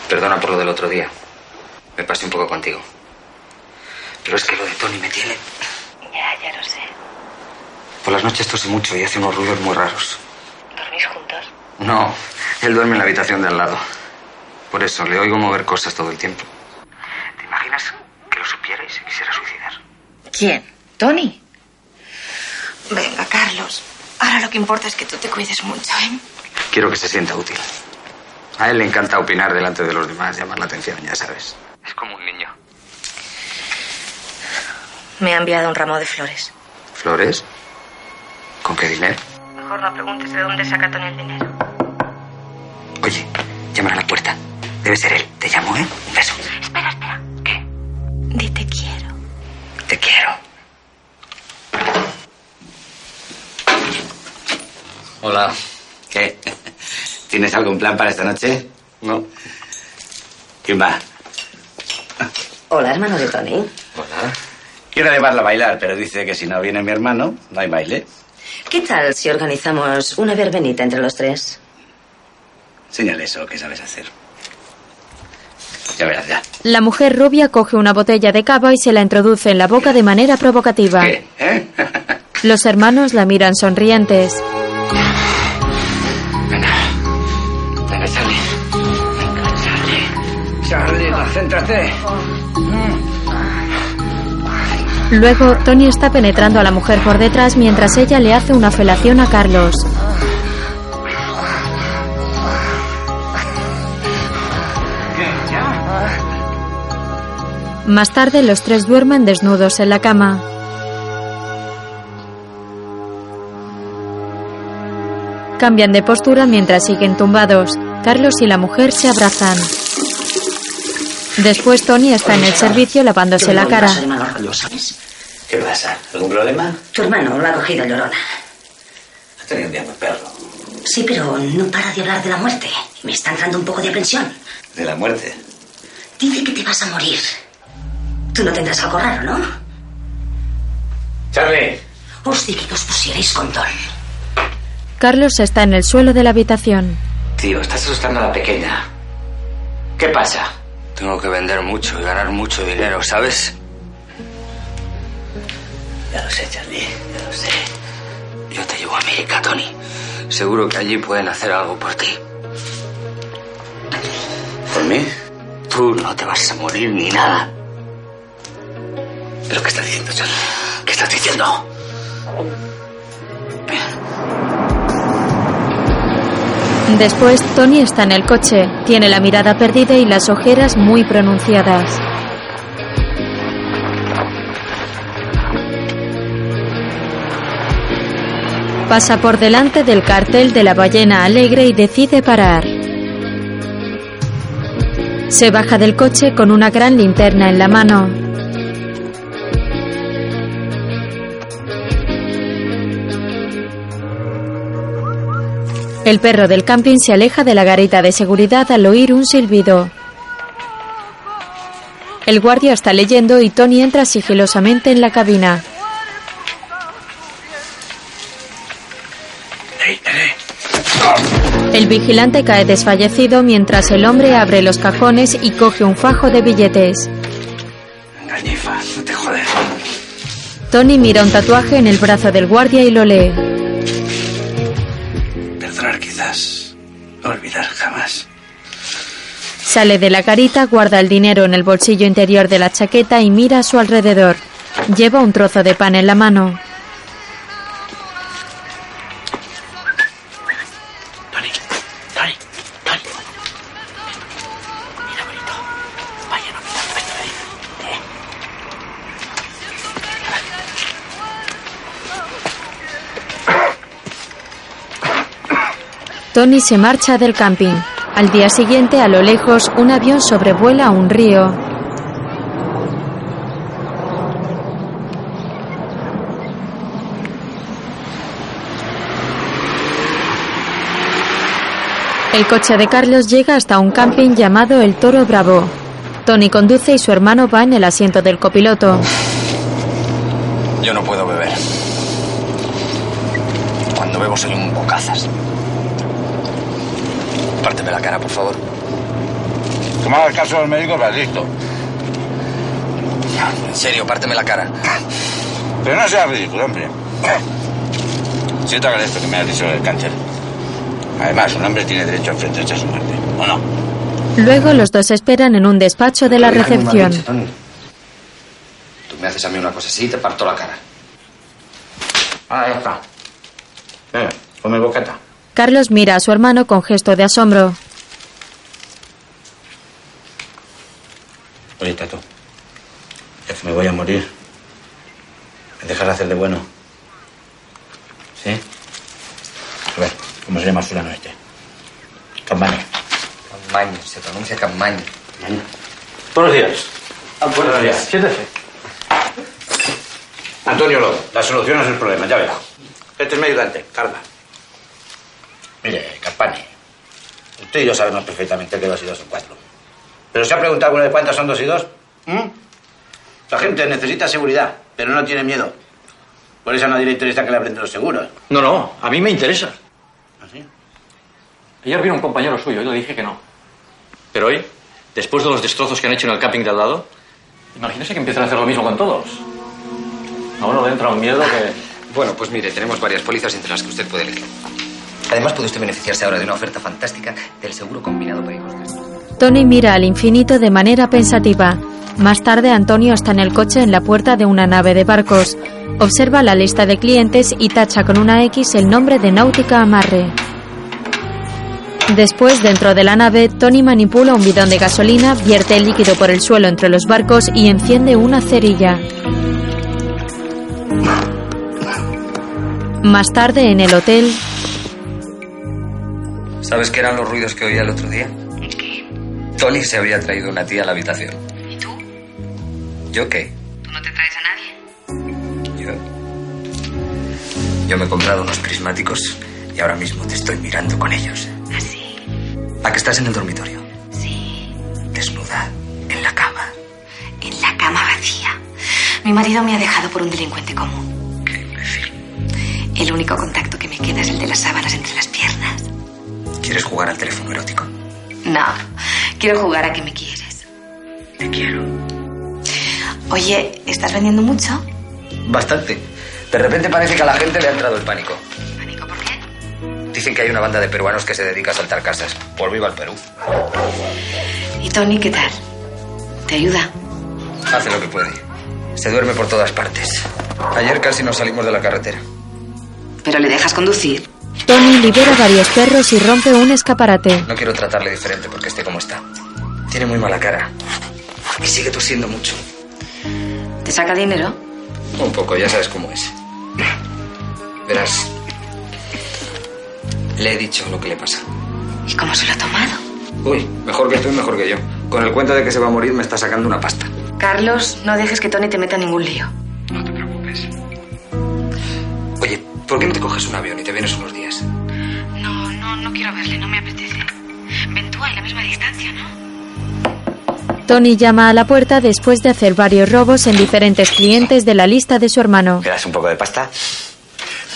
[SPEAKER 7] Perdona por lo del otro día. Me pasé un poco contigo. Pero es que lo de Tony me tiene.
[SPEAKER 6] Ya, ya lo sé.
[SPEAKER 7] Por las noches tose mucho y hace unos ruidos muy raros.
[SPEAKER 6] ¿Dormís juntos?
[SPEAKER 7] No, él duerme en la habitación de al lado. Por eso le oigo mover cosas todo el tiempo.
[SPEAKER 6] ¿Te imaginas que lo supiera y se quisiera suicidar?
[SPEAKER 7] ¿Quién?
[SPEAKER 6] ¿Tony? Venga, Carlos. Ahora lo que importa es que tú te cuides mucho, ¿eh?
[SPEAKER 7] Quiero que se sienta útil. A él le encanta opinar delante de los demás, llamar la atención, ya sabes. Es como un niño.
[SPEAKER 6] Me ha enviado un ramo de flores.
[SPEAKER 7] ¿Flores? ¿Con qué dinero?
[SPEAKER 6] Mejor no preguntes de dónde saca Tony el dinero.
[SPEAKER 7] Oye, llámale a la puerta. Debe ser él. Te llamo, ¿eh? Un beso.
[SPEAKER 6] Espera, espera. ¿Qué? Di te quiero.
[SPEAKER 7] Te quiero.
[SPEAKER 11] Hola. ¿Qué? ¿Tienes algún plan para esta noche? No. ¿Quién va?
[SPEAKER 6] Hola, hermano de Tony.
[SPEAKER 11] Hola. Quiero llevarla a bailar, pero dice que si no viene mi hermano, no hay baile.
[SPEAKER 6] ¿Qué tal si organizamos una verbenita entre los tres?
[SPEAKER 11] Señale eso, que sabes hacer. Ya verás, ya.
[SPEAKER 1] La mujer rubia coge una botella de cava y se la introduce en la boca de manera provocativa. Los hermanos la miran sonrientes.
[SPEAKER 7] Venga, Charlie. Venga, Charlie. Charlie, baja.
[SPEAKER 11] Concéntrate.
[SPEAKER 1] Luego, Tony está penetrando a la mujer por detrás mientras ella le hace una felación a Carlos. Más tarde, los tres duermen desnudos en la cama. Cambian de postura mientras siguen tumbados. Carlos y la mujer se abrazan. Después Tony está en el servicio lavándose la cara.
[SPEAKER 7] ¿Lo sabes? ¿Qué pasa? ¿Algún problema?
[SPEAKER 27] Tu hermano lo ha cogido llorona.
[SPEAKER 7] Ha tenido un día muy perro.
[SPEAKER 27] Sí, pero no para de hablar de la muerte. Me está entrando un poco de aprensión.
[SPEAKER 7] De la muerte.
[SPEAKER 27] Dice que te vas a morir. Tú no tendrás algo raro, ¿no?
[SPEAKER 7] Charlie.
[SPEAKER 27] Os dije que os pusierais condón.
[SPEAKER 1] Carlos está en el suelo de la habitación.
[SPEAKER 37] Tío, estás asustando a la pequeña. ¿Qué pasa? Tengo que vender mucho y ganar mucho dinero, ¿sabes?
[SPEAKER 7] Ya lo sé, Charlie. Ya lo sé.
[SPEAKER 37] Yo te llevo a América, Tony. Seguro que allí pueden hacer algo por ti.
[SPEAKER 7] ¿Por mí?
[SPEAKER 37] Tú no te vas a morir ni nada.
[SPEAKER 7] ¿Lo que estás diciendo, Charlie? ¿Qué estás diciendo?
[SPEAKER 1] Después, Tony está en el coche. Tiene la mirada perdida y las ojeras muy pronunciadas. Pasa por delante del cartel de la ballena alegre y decide parar. Se baja del coche con una gran linterna en la mano. El perro del camping se aleja de la garita de seguridad al oír un silbido. El guardia está leyendo y Tony entra sigilosamente en la cabina. El vigilante cae desfallecido mientras el hombre abre los cajones y coge un fajo de billetes.
[SPEAKER 7] Engañifa, no te jodes.
[SPEAKER 1] Tony mira un tatuaje en el brazo del guardia y lo lee.
[SPEAKER 7] Perdonar quizás. Olvidar jamás.
[SPEAKER 1] Sale de la garita, guarda el dinero en el bolsillo interior de la chaqueta y mira a su alrededor. Lleva un trozo de pan en la mano.
[SPEAKER 7] Tony, Tony, Tony. Mira, bonito. Vaya, no me da pena, ¿eh? ¿Eh?
[SPEAKER 1] Tony se marcha del camping. Al día siguiente, a lo lejos, un avión sobrevuela un río. El coche de Carlos llega hasta un camping llamado El Toro Bravo. Tony conduce y su hermano va en el asiento del copiloto.
[SPEAKER 7] Yo no puedo beber. Cuando bebo soy un bocazas. Párteme la cara, por favor.
[SPEAKER 38] Tomaba el caso de los médicos, vas listo.
[SPEAKER 7] En serio, párteme la cara.
[SPEAKER 38] Pero no seas ridículo, hombre. Sí te agradezco que me hayas dicho lo del cáncer. Además, un hombre tiene derecho a enfrentarse a su muerte, ¿o no?
[SPEAKER 1] Luego los dos esperan en un despacho de la
[SPEAKER 7] Déjame un
[SPEAKER 1] recepción.
[SPEAKER 7] matiz, Tony. Tú me haces a mí una cosa así y te parto la cara. Ah, ya está. Venga, come bocata.
[SPEAKER 1] Carlos mira a su hermano con gesto de asombro.
[SPEAKER 7] Oye, Tato. Ya que me voy a morir. ¿Me dejas hacer de bueno? ¿Sí? A ver, ¿cómo se llama el fulano este? Campaña. Campaña, se pronuncia Campaña.
[SPEAKER 11] Buenos días. Ah,
[SPEAKER 7] Buenos días. Siéntese.
[SPEAKER 11] Antonio Lobo, la solución es el problema, ya verá. Este es mi ayudante, Carla.
[SPEAKER 7] Mire, Campani, usted y yo sabemos perfectamente que dos y dos son cuatro. ¿Pero se ha preguntado alguna de cuántas son dos y dos?
[SPEAKER 11] ¿Mm? La gente necesita seguridad, pero no tiene miedo. Por eso a nadie le interesa que le aprenden los seguros.
[SPEAKER 5] No, no, a mí me interesa. ¿Ah,
[SPEAKER 11] ¿Así?
[SPEAKER 5] Ayer vino un compañero suyo y le dije que no. Pero hoy, después de los destrozos que han hecho en el camping de al lado, imagínese que empiezan a hacer lo mismo con todos. A uno le entra un miedo que...
[SPEAKER 37] Bueno, pues mire, tenemos varias pólizas entre las que usted puede elegir.
[SPEAKER 7] Además, puede usted beneficiarse ahora de una oferta fantástica del seguro combinado para hijos de
[SPEAKER 1] Tony mira al infinito de manera pensativa. Más tarde, Antonio está en el coche en la puerta de una nave de barcos. Observa la lista de clientes y tacha con una X el nombre de Náutica Amarre. Después, dentro de la nave, Tony manipula un bidón de gasolina, vierte el líquido por el suelo entre los barcos y enciende una cerilla. Más tarde, en el hotel,
[SPEAKER 7] ¿Sabes qué eran los ruidos que oía el otro día? Tony se había traído una tía a la habitación.
[SPEAKER 27] ¿Y tú?
[SPEAKER 7] ¿Yo qué?
[SPEAKER 27] ¿Tú no te traes a nadie?
[SPEAKER 7] Yo. Yo me he comprado unos prismáticos y ahora mismo te estoy mirando con ellos.
[SPEAKER 27] Así.
[SPEAKER 7] ¿A que estás en el dormitorio?
[SPEAKER 27] Sí.
[SPEAKER 7] Desnuda. En la cama.
[SPEAKER 27] En la cama vacía. Mi marido me ha dejado por un delincuente común. El único contacto que me queda es el de las sábanas entre las piernas.
[SPEAKER 7] ¿Quieres jugar al teléfono erótico?
[SPEAKER 27] No, quiero jugar a que me quieres.
[SPEAKER 7] Te quiero.
[SPEAKER 27] Oye, ¿estás vendiendo mucho?
[SPEAKER 7] Bastante. De repente parece que a la gente le ha entrado el pánico. Dicen que hay una banda de peruanos que se dedica a saltar casas. Por viva el Perú.
[SPEAKER 27] ¿Y Tony qué tal? ¿Te ayuda?
[SPEAKER 7] Hace lo que puede. Se duerme por todas partes. Ayer casi nos salimos de la carretera.
[SPEAKER 27] ¿Pero le dejas conducir?
[SPEAKER 1] Tony libera varios perros y rompe un escaparate.
[SPEAKER 7] No quiero tratarle diferente porque esté como está. Tiene muy mala cara. Y sigue tosiendo mucho.
[SPEAKER 27] ¿Te saca dinero?
[SPEAKER 7] Un poco, ya sabes cómo es. Verás. Le he dicho lo que le pasa.
[SPEAKER 27] ¿Y cómo se lo ha tomado?
[SPEAKER 7] Uy, mejor que tú y mejor que yo. Con el cuento de que se va a morir me está sacando una pasta.
[SPEAKER 27] Carlos, no dejes que Tony te meta en ningún lío.
[SPEAKER 7] Oye, ¿por qué no te coges un avión y te vienes unos días?
[SPEAKER 27] No, no, no quiero verle, no me apetece. Ven tú a la misma distancia, ¿no?
[SPEAKER 1] Tony llama a la puerta después de hacer varios robos en diferentes clientes de la lista de su hermano.
[SPEAKER 39] ¿Me das un poco de pasta?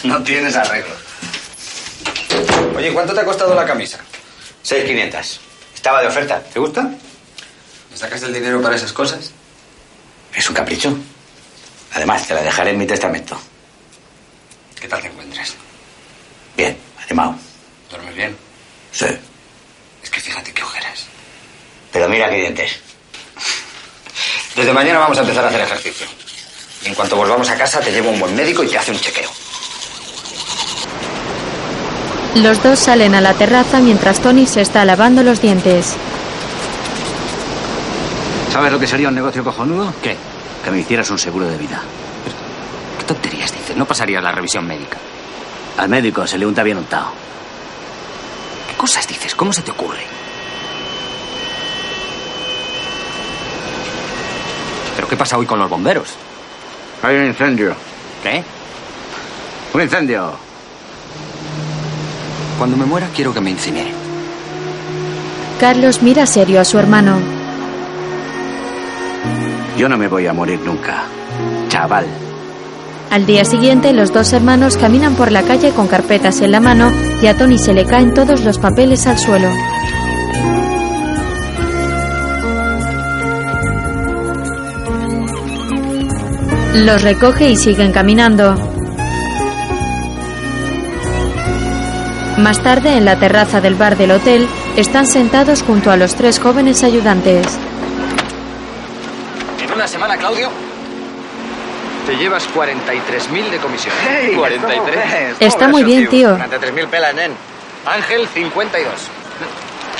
[SPEAKER 7] No tienes arreglo. Oye, ¿cuánto te ha costado la camisa?
[SPEAKER 39] 6.500. Estaba de oferta. ¿Te gusta?
[SPEAKER 7] ¿Me sacas el dinero para esas cosas?
[SPEAKER 39] Es un capricho. Además, te la dejaré en mi testamento.
[SPEAKER 7] ¿Qué tal te encuentras?
[SPEAKER 39] Bien, animado.
[SPEAKER 7] ¿Duermes bien?
[SPEAKER 39] Sí.
[SPEAKER 7] Es que fíjate qué ojeras.
[SPEAKER 39] Pero mira qué dientes.
[SPEAKER 7] Desde mañana vamos a empezar a hacer ejercicio. Y en cuanto volvamos a casa, te llevo a un buen médico y te hace un chequeo.
[SPEAKER 1] Los dos salen a la terraza mientras Tony se está lavando los dientes.
[SPEAKER 40] ¿Sabes lo que sería un negocio cojonudo? ¿Qué? Que me hicieras un seguro de vida. ¿Qué tonterías dices? No pasaría la revisión médica. Al médico se le unta bien untado. ¿Qué cosas dices? ¿Cómo se te ocurre?
[SPEAKER 41] ¿Pero qué pasa hoy con los bomberos?
[SPEAKER 40] Hay un incendio.
[SPEAKER 41] ¿Qué?
[SPEAKER 40] Un incendio.
[SPEAKER 41] Cuando me muera quiero que me incineren.
[SPEAKER 1] Carlos mira serio a su hermano.
[SPEAKER 40] Yo no me voy a morir nunca. Chaval.
[SPEAKER 1] Al día siguiente, los dos hermanos caminan por la calle con carpetas en la mano y a Tony se le caen todos los papeles al suelo. Los recoge y siguen caminando. Más tarde, en la terraza del bar del hotel, están sentados junto a los tres jóvenes ayudantes.
[SPEAKER 42] En una semana, Claudio, te llevas 43.000 de comisión.
[SPEAKER 11] Hey,
[SPEAKER 1] Está muy bien, tío.
[SPEAKER 11] 43.000 pelas, nen. Ángel, 52.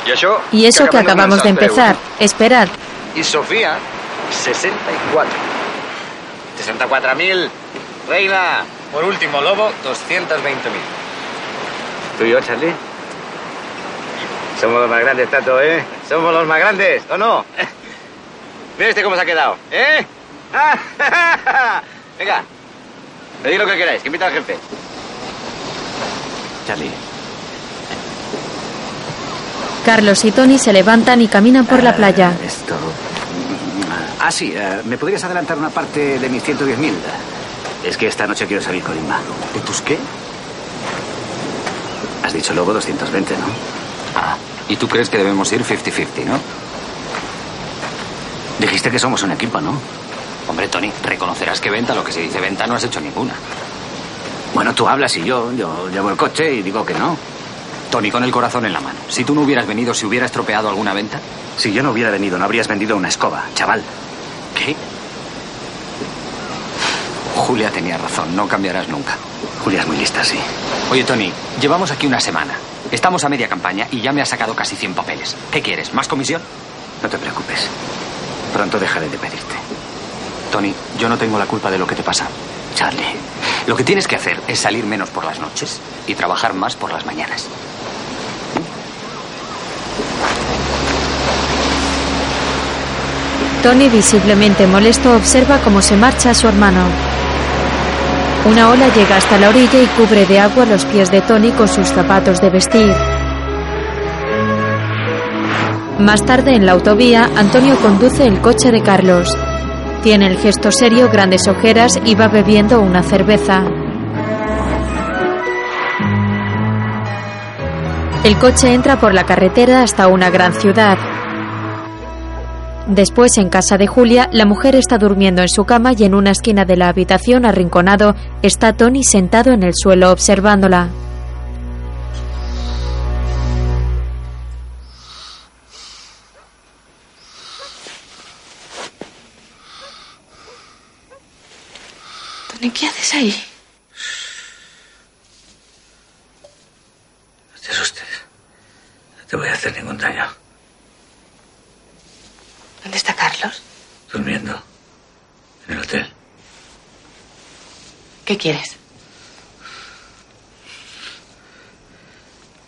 [SPEAKER 11] Y eso,
[SPEAKER 1] Y eso que acabamos de empezar. Esperad.
[SPEAKER 11] Y Sofía, 64. 64.000. Reina, por último, Lobo, 220.000.
[SPEAKER 43] ¿Tú y yo, Charlie?
[SPEAKER 11] Somos los más grandes, Tato, ¿eh? Somos los más grandes, ¿o no? Mira este cómo se ha quedado, ¿eh? Venga, pedid lo que queráis, que invita al jefe.
[SPEAKER 40] Charlie.
[SPEAKER 1] Carlos y Tony se levantan y caminan por la playa.
[SPEAKER 40] Esto. Ah, sí, eh, ¿me podrías adelantar una parte de mis 110.000? Es que esta noche quiero salir con Inma. ¿De tus qué? Has dicho luego 220, ¿no?
[SPEAKER 7] Ah,
[SPEAKER 41] ¿y tú crees que debemos ir 50-50, no? Dijiste que somos un equipo, ¿no?
[SPEAKER 7] Hombre, Tony, reconocerás que venta lo que se dice venta no has hecho ninguna.
[SPEAKER 41] Bueno, tú hablas y yo, yo llevo el coche y digo que no.
[SPEAKER 7] Tony, con el corazón en la mano. Si tú no hubieras venido, ¿se hubiera estropeado alguna venta?
[SPEAKER 44] Si yo no hubiera venido, no habrías vendido una escoba, chaval.
[SPEAKER 7] ¿Qué? Julia tenía razón, no cambiarás nunca.
[SPEAKER 44] Julia es muy lista, sí.
[SPEAKER 7] Oye, Tony, llevamos aquí una semana. Estamos a media campaña y ya me has sacado casi 100 papeles. ¿Qué quieres? ¿Más comisión?
[SPEAKER 44] No te preocupes. Pronto dejaré de pedirte.
[SPEAKER 7] Tony, yo no tengo la culpa de lo que te pasa. Charlie, lo que tienes que hacer es salir menos por las noches y trabajar más por las mañanas.
[SPEAKER 1] Tony, visiblemente molesto, observa cómo se marcha su hermano. Una ola llega hasta la orilla y cubre de agua los pies de Tony con sus zapatos de vestir. Más tarde, en la autovía, Antonio conduce el coche de Carlos. Tiene el gesto serio, grandes ojeras y va bebiendo una cerveza. El coche entra por la carretera hasta una gran ciudad. Después, en casa de Julia, la mujer está durmiendo en su cama y en una esquina de la habitación, arrinconado, está Tony sentado en el suelo observándola.
[SPEAKER 27] Tony, ¿qué haces ahí?
[SPEAKER 11] No te asustes. No te voy a hacer ningún daño.
[SPEAKER 27] ¿Dónde está Carlos?
[SPEAKER 11] Durmiendo. En el hotel.
[SPEAKER 27] ¿Qué quieres?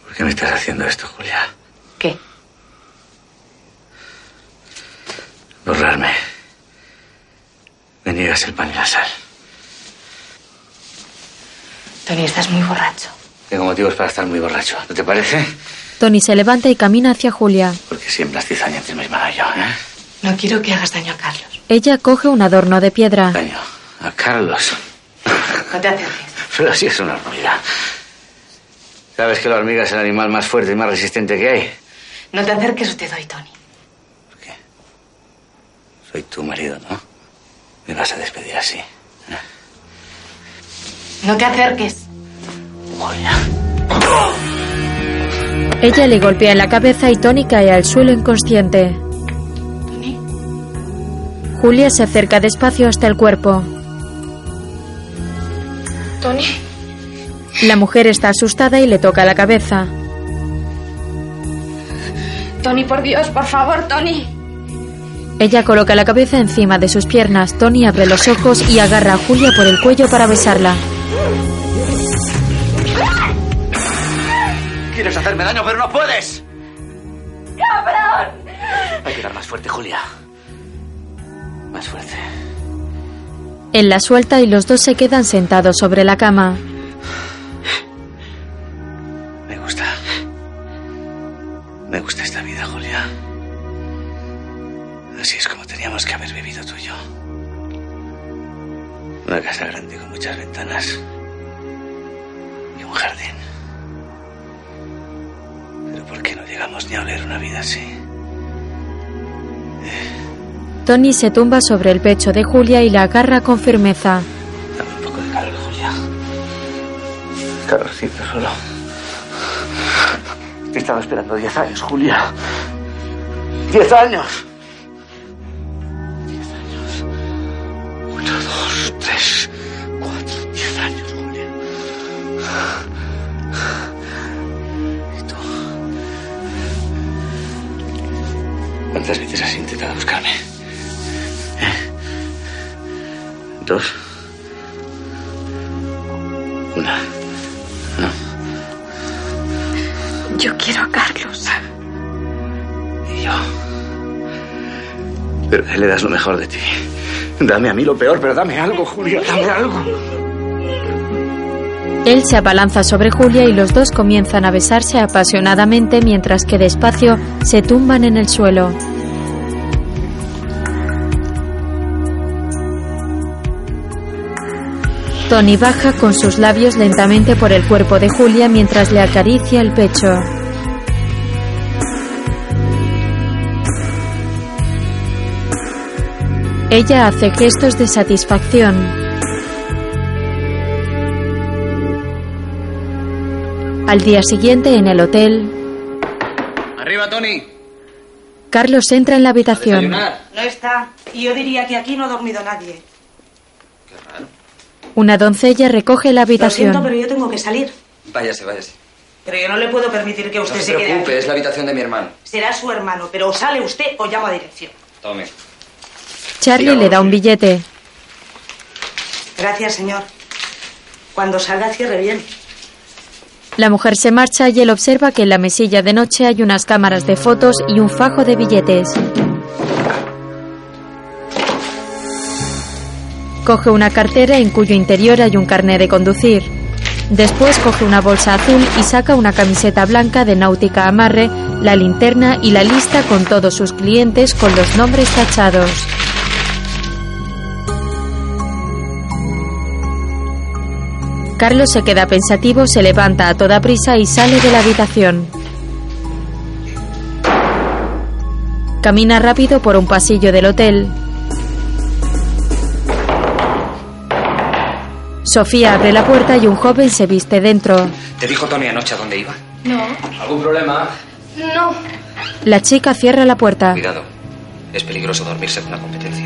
[SPEAKER 11] ¿Por qué me estás haciendo esto, Julia?
[SPEAKER 27] ¿Qué?
[SPEAKER 11] Borrarme. Me niegas el pan y la sal.
[SPEAKER 27] Tony, estás muy borracho.
[SPEAKER 11] Tengo motivos para estar muy borracho. ¿No te parece?
[SPEAKER 1] Tony se levanta y camina hacia Julia.
[SPEAKER 11] Porque siembras cizaña entre mis manos yo, ¿eh?
[SPEAKER 27] No quiero que hagas daño a Carlos.
[SPEAKER 1] Ella coge un adorno de piedra.
[SPEAKER 11] A Carlos.
[SPEAKER 27] No te acerques.
[SPEAKER 11] Pero sí es una hormiga. ¿Sabes que la hormiga es el animal más fuerte y más resistente que hay?
[SPEAKER 27] No te acerques o te doy, Tony.
[SPEAKER 11] Soy tu marido, ¿no? Me vas a despedir así.
[SPEAKER 27] No te acerques.
[SPEAKER 1] Ella le golpea en la cabeza y Tony cae al suelo inconsciente. Julia se acerca despacio hasta el cuerpo.
[SPEAKER 27] Tony.
[SPEAKER 1] La mujer está asustada y le toca la cabeza.
[SPEAKER 30] Tony, por Dios, por favor, Tony.
[SPEAKER 1] Ella coloca la cabeza encima de sus piernas. Tony abre los ojos y agarra a Julia por el cuello para besarla.
[SPEAKER 11] Quieres hacerme daño, pero no puedes.
[SPEAKER 45] ¡Cabrón!
[SPEAKER 11] Hay que dar más fuerte, Julia. Más fuerte.
[SPEAKER 1] Él la suelta y los dos se quedan sentados sobre la cama.
[SPEAKER 11] Me gusta. Me gusta esta vida, Julia. Así es como teníamos que haber vivido tú y yo. Una casa grande con muchas ventanas. Y un jardín. Pero ¿por qué no llegamos ni a oler una vida así?
[SPEAKER 1] Tony se tumba sobre el pecho de Julia y la agarra con firmeza.
[SPEAKER 11] Dame un poco de calor, Julia. Calorcito solo. Te estaba esperando 10 años, Julia. ¡Diez años! Uno, dos, tres, cuatro, diez años, Julia. ¿Y tú? ¿Cuántas veces has intentado buscarme? ¿Eh? ¿Dos? Una.
[SPEAKER 27] Yo quiero a Carlos.
[SPEAKER 11] Y yo. Pero le das lo mejor de ti. Dame a mí lo peor, pero dame algo, Julia, dame algo.
[SPEAKER 1] Él se abalanza sobre Julia y los dos comienzan a besarse apasionadamente mientras que despacio se tumban en el suelo. Tony baja con sus labios lentamente por el cuerpo de Julia mientras le acaricia el pecho. Ella hace gestos de satisfacción. Al día siguiente, en el hotel,
[SPEAKER 46] Arriba, Tony.
[SPEAKER 1] Carlos entra en la habitación.
[SPEAKER 3] No está. Y yo diría que aquí no ha dormido nadie.
[SPEAKER 1] Una doncella recoge la
[SPEAKER 3] Lo siento,
[SPEAKER 1] habitación.
[SPEAKER 3] pero yo tengo que salir.
[SPEAKER 46] Váyase, váyase.
[SPEAKER 3] Pero yo no le puedo permitir que usted
[SPEAKER 46] No
[SPEAKER 3] se
[SPEAKER 46] se
[SPEAKER 3] quede
[SPEAKER 46] preocupe,
[SPEAKER 3] aquí.
[SPEAKER 46] es la habitación de mi hermano.
[SPEAKER 3] Será su hermano, pero o sale usted o llamo a dirección.
[SPEAKER 46] Tome.
[SPEAKER 1] Charlie le da un billete.
[SPEAKER 3] Gracias, señor. Cuando salga, cierre bien.
[SPEAKER 1] La mujer se marcha y él observa que en la mesilla de noche hay unas cámaras de fotos y un fajo de billetes. Coge una cartera en cuyo interior hay un carné de conducir. Después coge una bolsa azul y saca una camiseta blanca de náutica amarre, la linterna y la lista con todos sus clientes con los nombres tachados. Carlos se queda pensativo, se levanta a toda prisa y sale de la habitación. Camina rápido por un pasillo del hotel. Sofía abre la puerta y un joven se viste dentro.
[SPEAKER 7] ¿Te dijo Tony anoche a dónde iba?
[SPEAKER 30] No,
[SPEAKER 7] ¿Algún problema?
[SPEAKER 30] no.
[SPEAKER 1] La chica cierra la
[SPEAKER 46] Ah.
[SPEAKER 1] puerta.
[SPEAKER 7] Cuidado. Es peligroso dormirse con la competencia.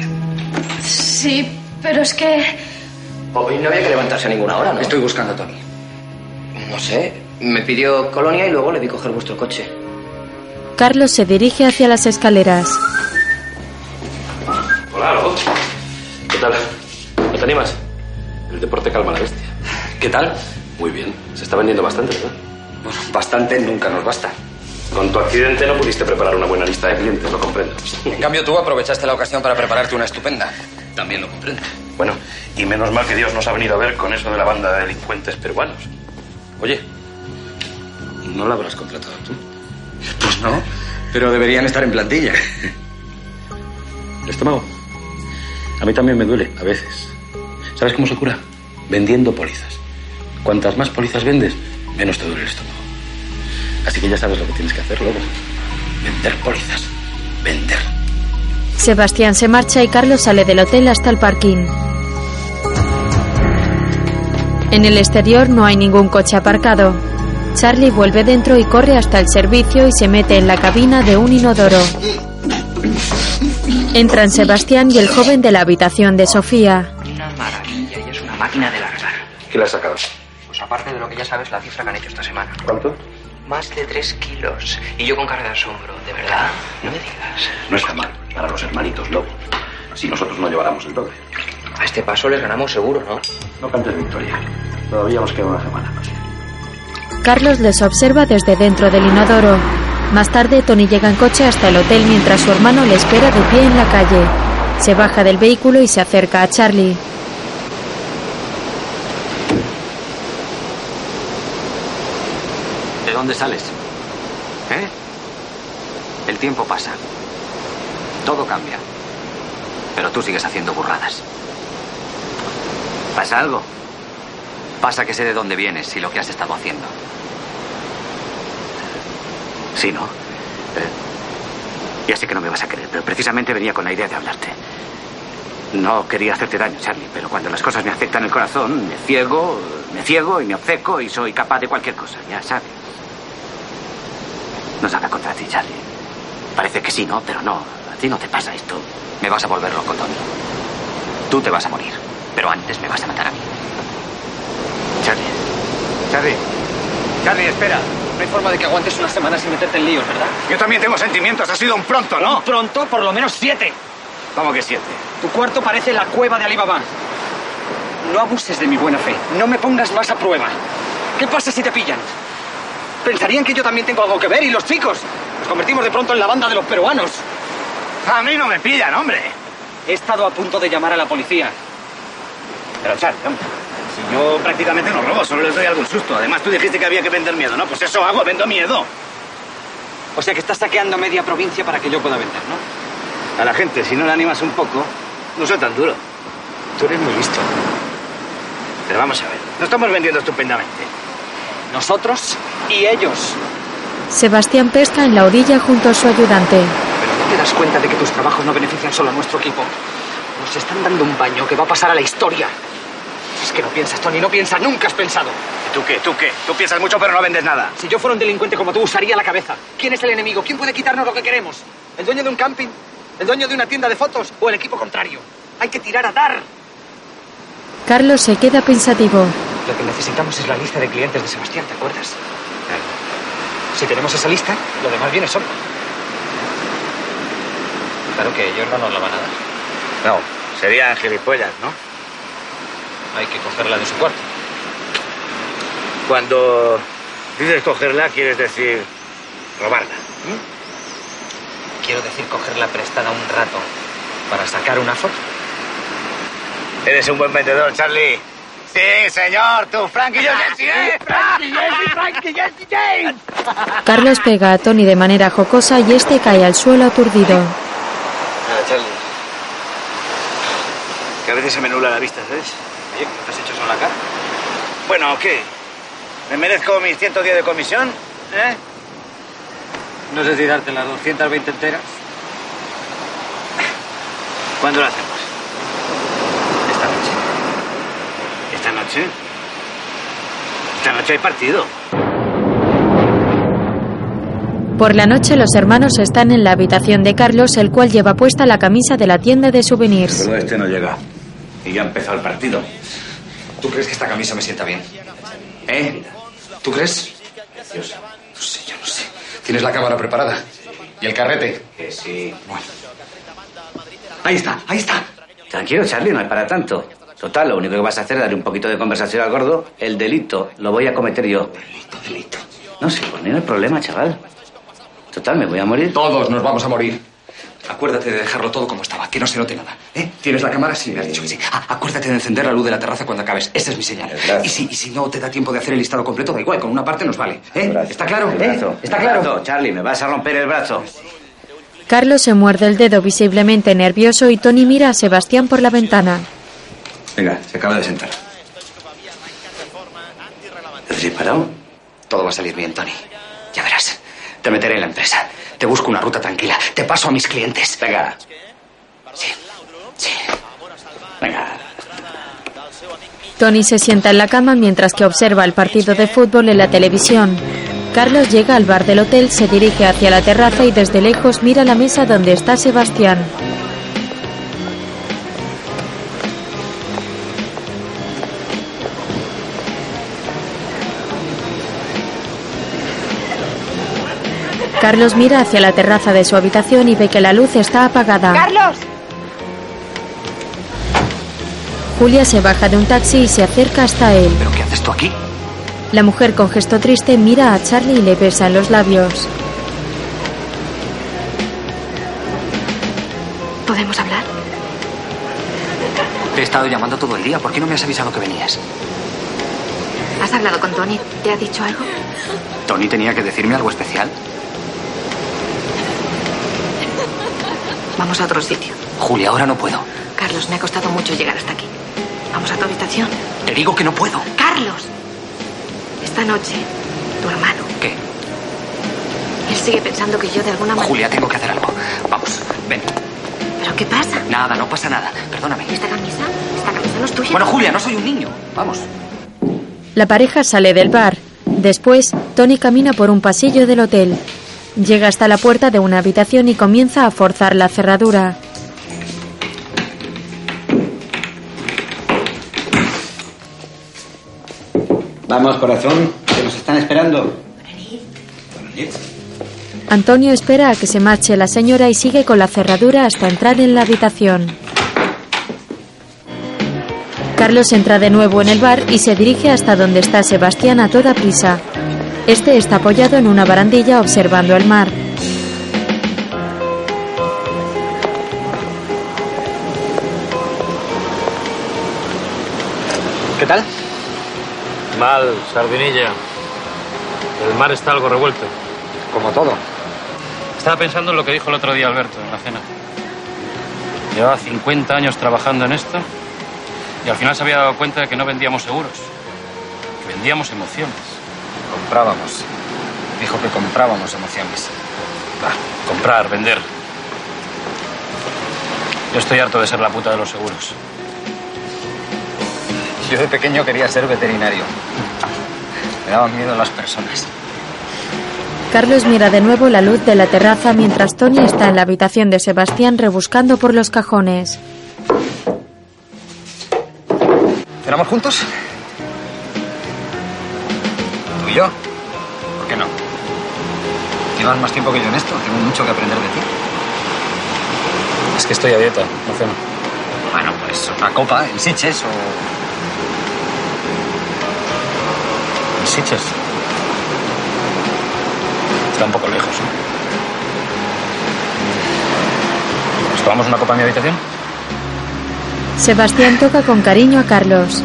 [SPEAKER 30] Sí, pero es que...
[SPEAKER 47] Bobby, no había que levantarse a ninguna hora, ¿no?
[SPEAKER 7] Estoy buscando a Tony.
[SPEAKER 47] No sé. Me pidió colonia y luego le vi coger vuestro coche.
[SPEAKER 1] Carlos se dirige hacia las escaleras.
[SPEAKER 5] Hola, Lobo. ¿Qué tal? ¿No te animas? El deporte calma la bestia. ¿Qué tal? Muy bien. Se está vendiendo bastante, ¿verdad? Bueno, bastante nunca nos basta. Con tu accidente no pudiste preparar una buena lista de clientes, lo comprendo.
[SPEAKER 46] En cambio, tú aprovechaste la ocasión para prepararte una estupenda. También lo comprendo.
[SPEAKER 5] Bueno, y menos mal que Dios nos ha venido a ver con eso de la banda de delincuentes peruanos. Oye, ¿no la habrás contratado tú?
[SPEAKER 46] Pues no, pero deberían estar en plantilla.
[SPEAKER 5] El estómago. A mí también me duele, a veces. ¿Sabes cómo se cura? Vendiendo pólizas. Cuantas más pólizas vendes, menos te duele el estómago. Así que ya sabes lo que tienes que hacer, lobo. Vender pólizas. Vender.
[SPEAKER 1] Sebastián se marcha y Carlos sale del hotel hasta el parking. En el exterior no hay ningún coche aparcado. Charlie vuelve dentro y corre hasta el servicio y se mete en la cabina de un inodoro. Entran Sebastián y el joven de la habitación de Sofía.
[SPEAKER 47] Una maravilla y es una máquina de largar.
[SPEAKER 5] ¿Qué le has sacado?
[SPEAKER 47] Pues aparte de lo que ya sabes, la cifra que han hecho esta semana.
[SPEAKER 5] ¿Cuánto?
[SPEAKER 47] Más de tres kilos. Y yo con cara de asombro, de verdad. No me digas.
[SPEAKER 7] No está mal para los hermanitos Lobo. Si nosotros no lleváramos el doble.
[SPEAKER 47] A este paso les ganamos seguro, ¿no?
[SPEAKER 5] No cantes victoria. Todavía nos queda una semana.
[SPEAKER 1] Carlos les observa desde dentro del inodoro. Más tarde, Tony llega en coche hasta el hotel mientras su hermano le espera de pie en la calle. Se baja del vehículo y se acerca a Charlie.
[SPEAKER 7] ¿De dónde sales? ¿Eh? El tiempo pasa. Todo cambia. Pero tú sigues haciendo burradas. ¿Pasa algo? Pasa que sé de dónde vienes y lo que has estado haciendo. Sí, ¿no? Eh, ya sé que no me vas a creer, pero precisamente venía con la idea de hablarte. No quería hacerte daño, Charlie, pero cuando las cosas me afectan el corazón, me ciego, me ciego y me obceco y soy capaz de cualquier cosa, ya sabes. No es nada contra ti, Charlie. Parece que sí, ¿no? Pero no, a ti no te pasa esto. Me vas a volver loco, Tony. Tú te vas a morir, pero antes me vas a matar a mí. Charlie.
[SPEAKER 11] Charlie. Charlie, espera. No hay forma de que aguantes una semana sin meterte en líos, ¿verdad? Yo también tengo sentimientos. Ha sido un pronto, ¿no? pronto, por lo menos siete. ¿Cómo que siete? Tu cuarto parece la cueva de Alibaba. No abuses de mi buena fe. No me pongas más a prueba. ¿Qué pasa si te pillan? Pensarían que yo también tengo algo que ver y los chicos. Nos convertimos de pronto en la banda de los peruanos. A mí no me pillan, hombre. He estado a punto de llamar a la policía. Pero, Charlie, hombre, si yo prácticamente no robo, solo les doy algún susto. Además, tú dijiste que había que vender miedo, ¿no? Pues eso hago, vendo miedo. O sea que estás saqueando media provincia para que yo pueda vender, ¿no? A la gente, si no la animas un poco, no soy tan duro. Tú eres muy listo. Pero vamos a ver, no estamos vendiendo estupendamente. Nosotros y ellos.
[SPEAKER 1] Sebastián pesca en la orilla junto a su ayudante.
[SPEAKER 11] ¿No te das cuenta de que tus trabajos no benefician solo a nuestro equipo? Nos están dando un baño que va a pasar a la historia. Es que no piensas, Tony, no piensas, nunca has pensado. ¿Tú qué? ¿Tú qué? Tú piensas mucho, pero no vendes nada. Si yo fuera un delincuente como tú, usaría la cabeza. ¿Quién es el enemigo? ¿Quién puede quitarnos lo que queremos? ¿El dueño de un camping? ¿El dueño de una tienda de fotos? ¿O el equipo contrario? Hay que tirar a dar.
[SPEAKER 1] Carlos se queda pensativo.
[SPEAKER 11] Lo que necesitamos es la lista de clientes de Sebastián, ¿te acuerdas? Si tenemos esa lista, lo demás viene solo. Claro que ellos no nos la van a dar.
[SPEAKER 48] No, serían gilipollas, ¿no?
[SPEAKER 11] Hay que cogerla de su cuarto.
[SPEAKER 48] Cuando dices cogerla, quieres decir robarla.
[SPEAKER 11] Quiero decir cogerla prestada un rato para sacar una foto.
[SPEAKER 48] Eres un buen vendedor, Charlie. Sí, señor, tú, Frank y yo, Jesse, ¿eh? Frank y Jesse, Frank y Jesse, James.
[SPEAKER 1] Carlos pega a Tony de manera jocosa y este cae al suelo aturdido.
[SPEAKER 49] Ah, Charlie. Que a veces se me nubla la vista, ¿sabes?
[SPEAKER 48] Oye, ¿qué te has hecho solo acá? Bueno, ¿qué? ¿Me merezco mis 110 de comisión? ¿Eh?
[SPEAKER 11] No sé si darte las 220 enteras.
[SPEAKER 48] ¿Cuándo lo hacemos? Esta noche. ¿Esta noche? Esta noche hay partido.
[SPEAKER 1] Por la noche los hermanos están en la habitación de Carlos, el cual lleva puesta la camisa de la tienda de souvenirs.
[SPEAKER 7] Pero este no llega. Y ya ha empezado el partido. ¿Tú crees que esta camisa me sienta bien? ¿Eh? ¿Tú crees? Preciosa. No sé, yo no sé. ¿Tienes la cámara preparada? ¿Y el carrete?
[SPEAKER 48] Que sí.
[SPEAKER 7] Bueno. Ahí está, Ah, ahí está.
[SPEAKER 49] Tranquilo, Charlie, no hay para tanto. Total, lo único que vas a hacer es darle un poquito de conversación al gordo. El delito lo voy a cometer yo. Delito, delito. No sé, pues no hay problema, chaval. Total, me voy a morir.
[SPEAKER 7] Todos nos vamos a morir. Acuérdate de dejarlo todo como estaba, que no se note nada. ¿eh? ¿Tienes la cámara? Sí, me has dicho que sí. Ah, acuérdate de encender la luz de la terraza cuando acabes. Esa es mi señal. Y si, y si no te da tiempo de hacer el listado completo, da igual, con una parte nos vale. ¿eh? ¿Está claro?
[SPEAKER 49] El
[SPEAKER 7] ¿Eh?
[SPEAKER 49] brazo.
[SPEAKER 7] ¿Está
[SPEAKER 49] El
[SPEAKER 7] claro?
[SPEAKER 49] brazo, Charlie, me vas a romper el brazo.
[SPEAKER 1] Carlos se muerde el dedo visiblemente nervioso y Tony mira a Sebastián por la ventana.
[SPEAKER 7] Venga, se acaba de sentar.
[SPEAKER 49] ¿Disparado?
[SPEAKER 7] Todo va a salir bien, Tony. Ya verás. Te meteré en la empresa. Te busco una ruta tranquila. Te paso a mis clientes. Venga.
[SPEAKER 1] Tony se sienta en la cama mientras que observa el partido de fútbol en la televisión. Carlos llega al bar del hotel, se dirige hacia la terraza y desde lejos mira la mesa donde está Sebastián. Carlos mira hacia la terraza de su habitación y ve que la luz está apagada.
[SPEAKER 50] ¡Carlos!
[SPEAKER 1] Julia se baja de un taxi y se acerca hasta él.
[SPEAKER 7] ¿Qué haces tú aquí?
[SPEAKER 1] La mujer con gesto triste mira a Charlie y le besa en los labios.
[SPEAKER 27] ¿Podemos hablar?
[SPEAKER 51] Te he estado llamando todo el día. ¿Por qué no me has avisado que venías?
[SPEAKER 27] ¿Has hablado con Tony? ¿Te ha dicho algo?
[SPEAKER 51] Tony tenía que decirme algo especial.
[SPEAKER 27] Vamos a otro sitio.
[SPEAKER 51] Julia, ahora no puedo.
[SPEAKER 27] Carlos, me ha costado mucho llegar hasta aquí. Vamos a tu habitación.
[SPEAKER 51] Te digo que no puedo.
[SPEAKER 27] Carlos, esta noche, tu hermano.
[SPEAKER 51] ¿Qué?
[SPEAKER 27] Él sigue pensando que yo de alguna manera...
[SPEAKER 51] Julia, tengo que hacer algo. Vamos, ven.
[SPEAKER 27] ¿Pero qué pasa?
[SPEAKER 51] Nada, no pasa nada. Perdóname.
[SPEAKER 27] ¿Esta camisa? ¿Esta camisa no es tuya?
[SPEAKER 51] Bueno, Julia, no soy un niño. Vamos.
[SPEAKER 1] La pareja sale del bar. Después, Tony camina por un pasillo del hotel. Llega hasta la puerta de una habitación y comienza a forzar la cerradura.
[SPEAKER 49] Vamos, corazón, que nos están esperando.
[SPEAKER 1] Antonio espera a que se marche la señora y sigue con la cerradura hasta entrar en la habitación. Carlos entra de nuevo en el bar y se dirige hasta donde está Sebastián a toda prisa. Este está apoyado en una barandilla observando el mar.
[SPEAKER 11] ¿Qué tal?
[SPEAKER 30] Mal, sardinilla. El mar está algo revuelto.
[SPEAKER 11] Como todo.
[SPEAKER 30] Estaba pensando en lo que dijo el otro día Alberto en la cena. Llevaba 50 años trabajando en esto y al final se había dado cuenta de que no vendíamos seguros, que vendíamos emociones. Comprábamos. Dijo que comprábamos emociones. comprar, vender. Yo estoy harto de ser la puta de los seguros.
[SPEAKER 7] Yo de pequeño quería ser veterinario. Me daban miedo las personas.
[SPEAKER 1] Carlos mira de nuevo la luz de la terraza mientras Tony está en la habitación de Sebastián rebuscando por los cajones.
[SPEAKER 7] ¿Cenamos juntos? ¿Tú y yo? ¿Por qué no? Llevas más tiempo que yo en esto. Tengo mucho que aprender de ti. Es que estoy a dieta, no ceno. Bueno, pues otra copa, en Siches o... En Siches. Está un poco lejos. ¿no? ¿Nos tomamos una copa en mi habitación?
[SPEAKER 1] Sebastián toca con cariño a Carlos.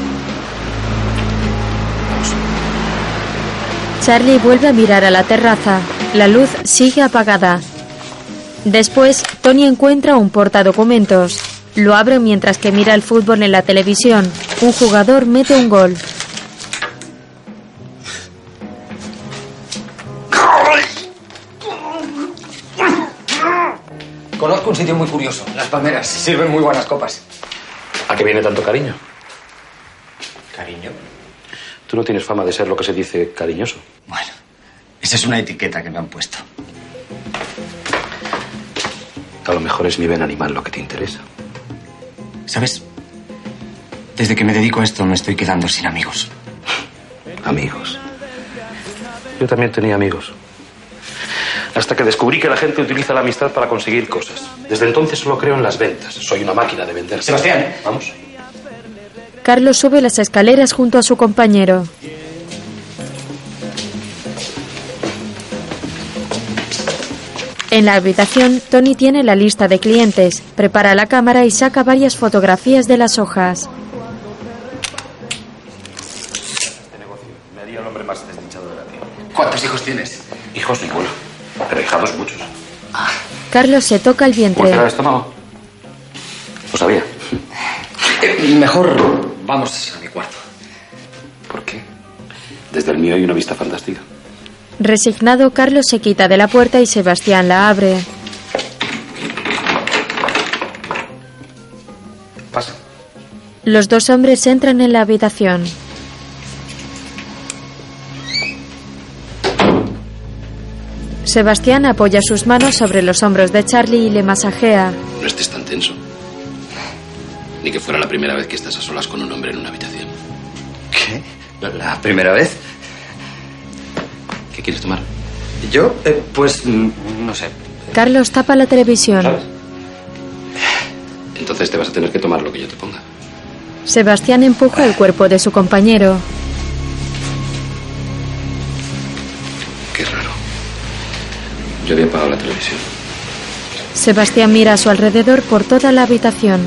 [SPEAKER 1] Charlie vuelve a mirar a la terraza. La luz sigue apagada. Después, Tony encuentra un portadocumentos. Lo abre mientras que mira el fútbol en la televisión. Un jugador mete un gol.
[SPEAKER 7] Conozco un sitio muy curioso. Las palmeras. Sirven muy buenas copas.
[SPEAKER 11] ¿A qué viene tanto cariño?
[SPEAKER 7] Cariño.
[SPEAKER 11] Tú no tienes fama de ser lo que se dice cariñoso.
[SPEAKER 7] Esa es una etiqueta que me han puesto.
[SPEAKER 11] A lo mejor es mi ven animal lo que te interesa.
[SPEAKER 7] ¿Sabes? Desde que me dedico a esto me estoy quedando sin amigos.
[SPEAKER 11] Amigos. Yo también tenía amigos. Hasta que descubrí que la gente utiliza la amistad para conseguir cosas. Desde entonces solo creo en las ventas. Soy una máquina de vender.
[SPEAKER 7] Sebastián.
[SPEAKER 11] Vamos.
[SPEAKER 1] Carlos sube las escaleras junto a su compañero. En la habitación, Tony tiene la lista de clientes, prepara la cámara y saca varias fotografías de las hojas.
[SPEAKER 11] Este negocio me haría el hombre más desdichado de la tierra.
[SPEAKER 7] ¿Cuántos hijos tienes?
[SPEAKER 11] Hijos ninguno. Pero hijados muchos.
[SPEAKER 1] Carlos se toca el
[SPEAKER 7] Pues
[SPEAKER 1] vientre.
[SPEAKER 11] ¿Ulcera de estómago? Lo sabía.
[SPEAKER 7] Eh, mejor vamos a mi cuarto.
[SPEAKER 11] ¿Por qué? Desde el mío hay una vista fantástica.
[SPEAKER 1] Resignado, Carlos se quita de la puerta y Sebastián la abre.
[SPEAKER 7] Pasa.
[SPEAKER 1] Los dos hombres entran en la habitación. Sebastián apoya sus manos sobre los hombros de Charlie y le masajea.
[SPEAKER 11] No estés tan tenso. Ni que fuera la primera vez que estás a solas con un hombre en una habitación.
[SPEAKER 7] ¿Qué? ¿La primera vez?
[SPEAKER 11] ¿Qué quieres tomar?
[SPEAKER 7] ¿Yo? Eh, pues mm, no sé.
[SPEAKER 1] Carlos tapa la televisión.
[SPEAKER 11] Entonces te vas a tener que tomar lo que yo te ponga.
[SPEAKER 1] Sebastián empuja el cuerpo de su compañero.
[SPEAKER 11] Qué raro. Yo había apagado la televisión.
[SPEAKER 1] Sebastián mira a su alrededor por toda la habitación.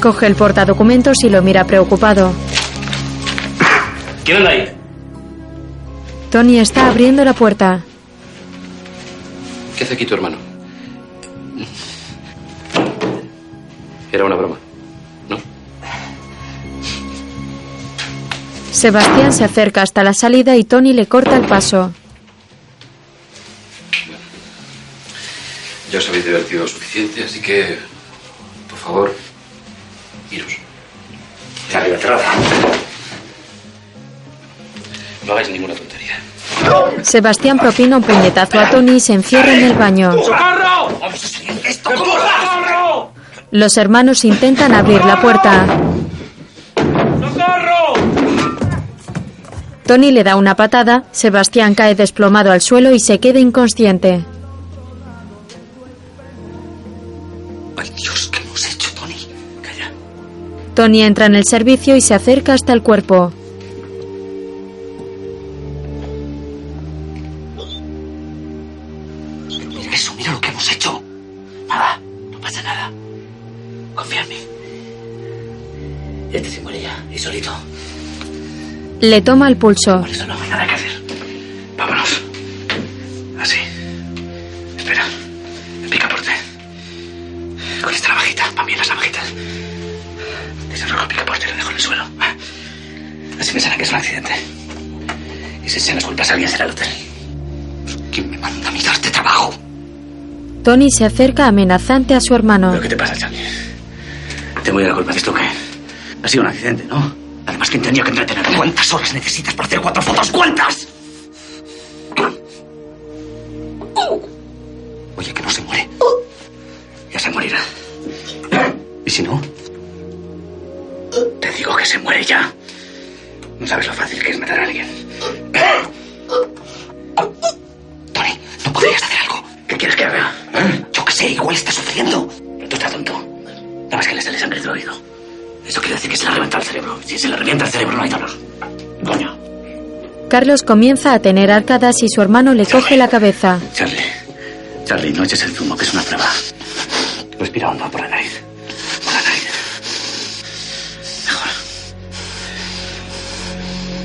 [SPEAKER 1] Coge el portadocumentos y lo mira preocupado.
[SPEAKER 11] ¿Quién anda ahí?
[SPEAKER 1] Tony está abriendo la puerta.
[SPEAKER 11] ¿Qué hace aquí tu hermano? Era una broma.
[SPEAKER 1] Sebastián se acerca hasta la salida y Tony le corta el paso.
[SPEAKER 11] Ya os habéis divertido lo suficiente, así que. Por favor, iros. Arriba, terraza. No hagáis ninguna tontería.
[SPEAKER 1] Sebastián propina un puñetazo a Tony y se encierra en el baño.
[SPEAKER 11] ¡Socorro! ¡Vamos a salir de esto! ¿Cómo ¡Socorro!
[SPEAKER 1] Los hermanos intentan abrir la puerta. Tony le da una patada, Sebastián cae desplomado al suelo y se queda inconsciente.
[SPEAKER 11] ¡Ay, Dios, qué hemos hecho, Tony! Calla.
[SPEAKER 1] Tony entra en el servicio y se acerca hasta el cuerpo.
[SPEAKER 11] Mira eso, mira lo que hemos hecho. Nada, no pasa nada. Confía en mí. Este se muere ya, y solito.
[SPEAKER 1] Le toma el pulso.
[SPEAKER 11] No hay nada que hacer. Vámonos. Así. Espera. Picaporte. Con esta navajita. Van bien las navajitas. Desarrojo el picaporte y lo dejo en el suelo. Así pensarán que es un accidente. Y si se nos culpas a alguien será el hotel. ¿Quién me manda a mí darte trabajo?
[SPEAKER 1] Tony se acerca amenazante a su hermano.
[SPEAKER 11] ¿Pero qué te pasa, Charlie?
[SPEAKER 7] Tengo yo la culpa de esto, ¿qué? Ha sido un accidente, ¿no? Además, ¿quién tenía que entretenerme? ¿Cuántas horas necesitas para hacer cuatro fotos? ¿Cuántas? Oye, que no se muere. Ya se morirá. ¿Y si no? Te digo que se muere ya. No sabes lo fácil que es matar a alguien. Tony, ¿no podrías hacer algo? ¿Qué quieres que haga? Yo qué sé, igual está sufriendo. Pero tú estás tonto. Nada más que le sale sangre del oído. Eso quiere decir que se le revienta el cerebro. Si se le revienta el cerebro, no hay dolor.
[SPEAKER 1] Carlos comienza a tener arcadas y su hermano le coge la cabeza.
[SPEAKER 7] Charlie, Charlie, no eches el zumo, que es una prueba. Respira hondo por la nariz. Por la nariz.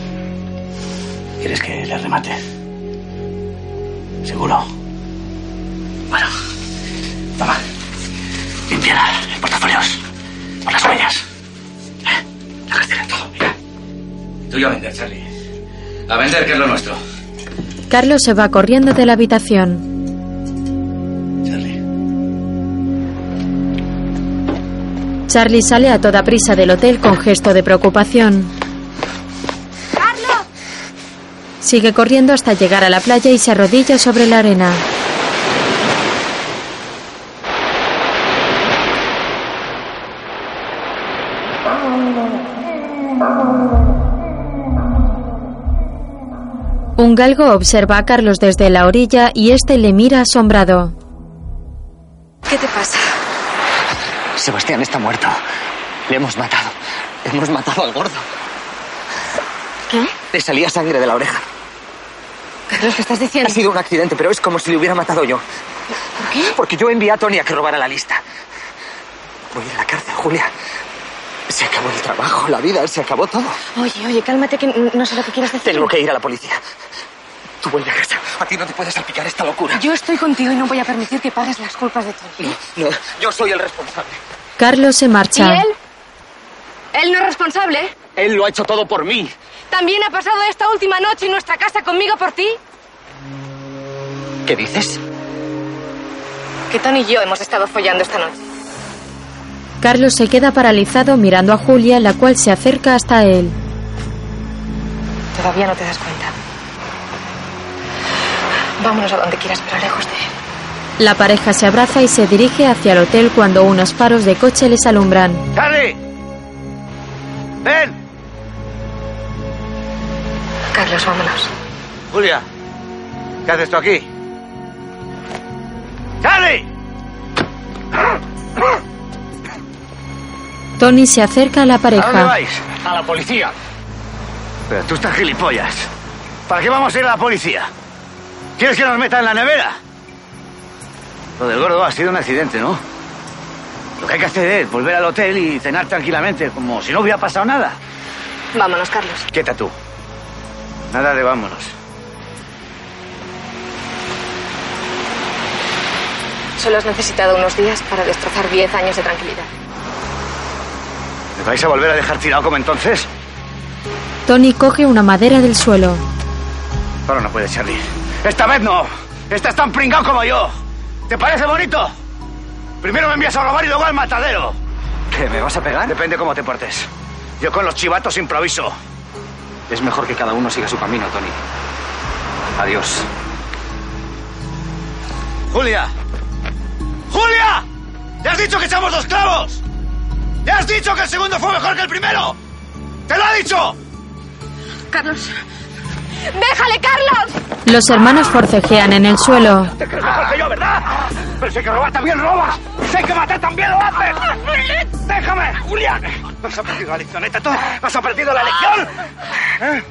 [SPEAKER 7] Mejor. ¿Quieres que le remate? ¿Seguro? Bueno, toma. Limpia el portafolios. Por las huellas. ¿Eh? La cartera, todo, mira. Tú y yo a vender, Charlie. A vender, que es lo nuestro.
[SPEAKER 1] Carlos se va corriendo de la habitación. Charlie sale a toda prisa del hotel con gesto de preocupación. Sigue corriendo hasta llegar a la playa y se arrodilla sobre la arena. Un galgo observa a Carlos desde la orilla y este le mira asombrado.
[SPEAKER 6] ¿Qué te pasa?
[SPEAKER 5] Sebastián está muerto. Le hemos matado. Hemos matado al gordo.
[SPEAKER 6] ¿Qué?
[SPEAKER 5] Le salía sangre de la oreja.
[SPEAKER 6] Carlos, ¿qué estás diciendo?
[SPEAKER 5] Ha sido un accidente, pero es como si le hubiera matado yo.
[SPEAKER 6] ¿Por qué?
[SPEAKER 5] Porque yo envié a Tony a que robara la lista. Voy a la cárcel, Julia. Se acabó el trabajo, la vida, se acabó todo.
[SPEAKER 6] Oye, oye, cálmate que no sé lo que quieres decir.
[SPEAKER 5] Tengo que ir a la policía. Tú vuelve a casa. A ti no te puede salpicar esta locura.
[SPEAKER 6] Yo estoy contigo y no voy a permitir que pagues las culpas de Tony.
[SPEAKER 5] No, yo soy el responsable.
[SPEAKER 1] Carlos se marcha.
[SPEAKER 6] ¿Y él? Él no es responsable.
[SPEAKER 5] Él lo ha hecho todo por mí.
[SPEAKER 6] ¿También ha pasado esta última noche en nuestra casa conmigo por ti?
[SPEAKER 5] ¿Qué dices?
[SPEAKER 6] Que Tony y yo hemos estado follando esta noche.
[SPEAKER 1] Carlos se queda paralizado mirando a Julia, la cual se acerca hasta él.
[SPEAKER 6] Todavía no te das cuenta. Vámonos a donde quieras, pero lejos de él.
[SPEAKER 1] La pareja se abraza y se dirige hacia el hotel cuando unos faros de coche les alumbran.
[SPEAKER 25] ¡Charlie! ¡Ven!
[SPEAKER 6] Carlos, vámonos.
[SPEAKER 25] Julia, ¿qué haces tú aquí? ¡Charlie!
[SPEAKER 1] Tony se acerca a la
[SPEAKER 7] ¿A dónde
[SPEAKER 1] pareja.
[SPEAKER 7] vais? A la policía. Pero tú estás gilipollas. ¿Para qué vamos a ir a la policía? ¿Quieres que nos meta en la nevera? Lo del gordo ha sido un accidente, ¿no? Lo que hay que hacer es volver al hotel y cenar tranquilamente, como si no hubiera pasado nada.
[SPEAKER 6] Vámonos, Carlos.
[SPEAKER 7] Quieta tú. Nada de vámonos.
[SPEAKER 6] Solo has necesitado unos días para destrozar 10 años de tranquilidad.
[SPEAKER 7] ¿Me vais a volver a dejar tirado como entonces?
[SPEAKER 1] Tony coge una madera del suelo.
[SPEAKER 7] Ahora no puede, Charlie. Esta vez no. Estás tan pringado como yo. ¿Te parece bonito? Primero me envías a robar y luego al matadero. ¿Qué, me vas a pegar? Depende cómo te portes. Yo con los chivatos improviso.
[SPEAKER 22] Es mejor que cada uno siga su camino, Tony. Adiós.
[SPEAKER 7] ¡Julia! ¡Julia! ¡Ya has dicho que echamos dos clavos! ¡Ya has dicho que el segundo fue mejor que el primero! ¡Te lo he dicho!
[SPEAKER 6] Carlos. ¡Déjale, Carlos!
[SPEAKER 1] Los hermanos forcejean en el suelo.
[SPEAKER 7] ¡Te crees mejor que yo, ¿verdad? Pero sé que robar también robas. Sé que matar también lo haces. ¡Déjame! ¡Julia! ¿Has perdido la leccioneta tú? ¿Has perdido la lección? ¿Eh?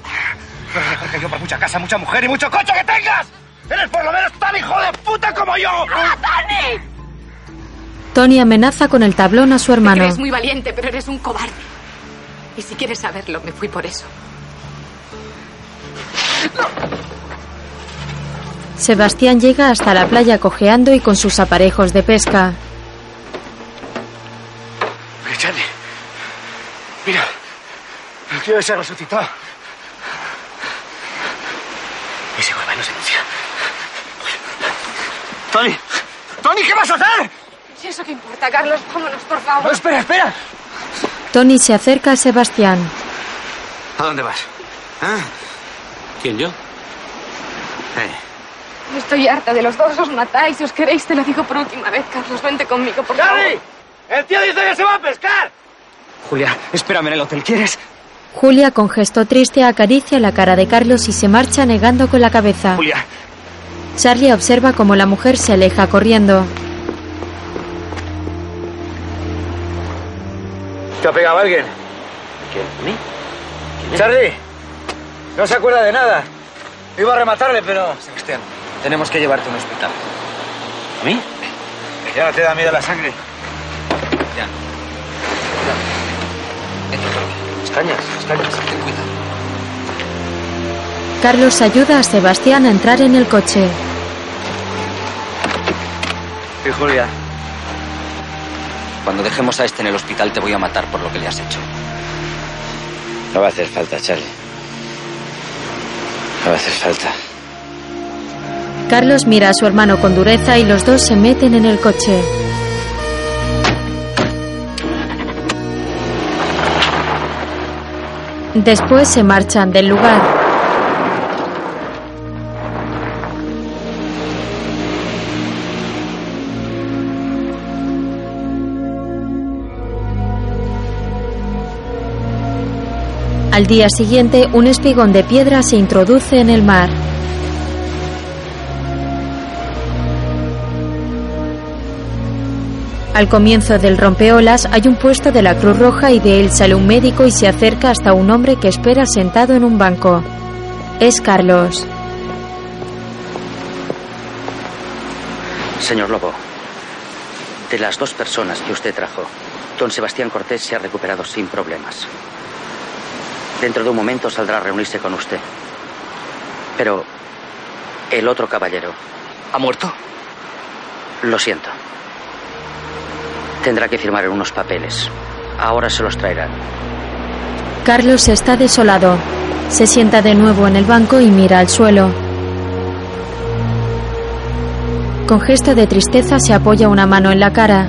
[SPEAKER 7] Porque yo por mucha casa, mucha mujer y mucho coche que tengas. ¡Eres por lo menos tan hijo de puta como yo!
[SPEAKER 6] ¡Tony!
[SPEAKER 1] Tony amenaza con el tablón a su hermano.
[SPEAKER 6] Eres muy valiente, pero eres un cobarde. Y si quieres saberlo, me fui por eso.
[SPEAKER 1] Sebastián llega hasta la playa cojeando y con sus aparejos de pesca.
[SPEAKER 7] Oye, Charlie. Mira. El tío ese ha resucitado. Y si vuelve, nos denuncia. Tony. Tony, ¿qué vas a hacer?
[SPEAKER 6] Si eso que importa, Carlos, vámonos, por favor.
[SPEAKER 7] No, espera, espera.
[SPEAKER 1] Tony se acerca a Sebastián.
[SPEAKER 52] ¿A dónde vas?
[SPEAKER 53] ¿Ah?
[SPEAKER 52] ¿Quién, yo?
[SPEAKER 53] Eh.
[SPEAKER 30] Estoy harta de los dos, os matáis, os queréis, te lo digo por última vez, Carlos, vente conmigo, por favor.
[SPEAKER 54] ¡El tío dice que se va a pescar!
[SPEAKER 53] Julia, espérame en el hotel, ¿quieres?
[SPEAKER 1] Julia, con gesto triste, acaricia la cara de Carlos y se marcha negando con la cabeza.
[SPEAKER 53] Julia.
[SPEAKER 1] Charlie observa cómo la mujer se aleja corriendo.
[SPEAKER 55] ¿Te ha pegado alguien?
[SPEAKER 56] ¿Quién? ¿Mí?
[SPEAKER 55] Charlie, no se acuerda de nada. Iba a rematarle, pero... Sebastián, tenemos que llevarte a un hospital.
[SPEAKER 57] ¿A mí?
[SPEAKER 55] Ya no te da miedo la sangre.
[SPEAKER 57] Ya. Escañas, escañas, ten cuidado.
[SPEAKER 1] Carlos ayuda a Sebastián a entrar en el coche.
[SPEAKER 53] Y Julia.
[SPEAKER 52] Cuando dejemos a este en el hospital te voy a matar por lo que le has hecho.
[SPEAKER 57] No va a hacer falta, Charlie. No va a hacer falta.
[SPEAKER 1] Carlos mira a su hermano con dureza y los dos se meten en el coche. Después se marchan del lugar. Al día siguiente, un espigón de piedra se introduce en el mar. Al comienzo del rompeolas hay un puesto de la Cruz Roja y de él sale un médico y se acerca hasta un hombre que espera sentado en un banco. Es Carlos.
[SPEAKER 7] Señor Lobo, de las dos personas que usted trajo, don Sebastián Cortés se ha recuperado sin problemas. Dentro de un momento saldrá a reunirse con usted. Pero el otro caballero... ¿Ha muerto? Lo siento. Tendrá que firmar unos papeles. Ahora se los traerán.
[SPEAKER 1] Carlos está desolado. Se sienta de nuevo en el banco y mira al suelo. Con gesto de tristeza se apoya una mano en la cara.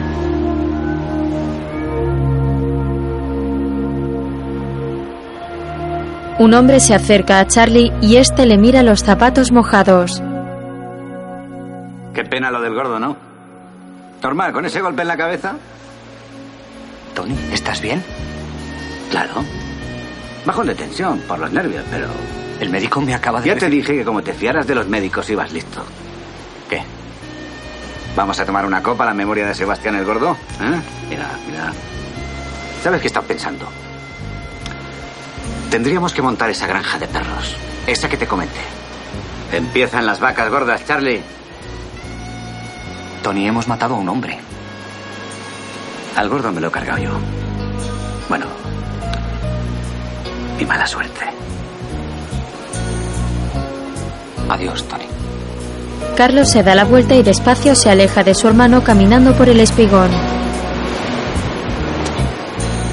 [SPEAKER 1] Un hombre se acerca a Charlie y este le mira los zapatos mojados.
[SPEAKER 11] Qué pena lo del gordo, ¿no? Normal, con ese golpe en la cabeza. Tony, ¿estás bien? Claro. Bajo de tensión, por los nervios, pero... El médico me acaba de... Ya te dije que como te fiaras de los médicos ibas listo. ¿Qué? ¿Vamos a tomar una copa a la memoria de Sebastián el Gordo? ¿Eh? Mira, mira. ¿Sabes qué he estado pensando? Tendríamos que montar esa granja de perros. Esa que te comenté. Empiezan las vacas gordas, Charlie. Tony, hemos matado a un hombre. Al gordo me lo he cargado yo. Bueno, mi mala suerte.
[SPEAKER 52] Adiós, Tony.
[SPEAKER 1] Carlos se da la vuelta y despacio se aleja de su hermano caminando por el espigón.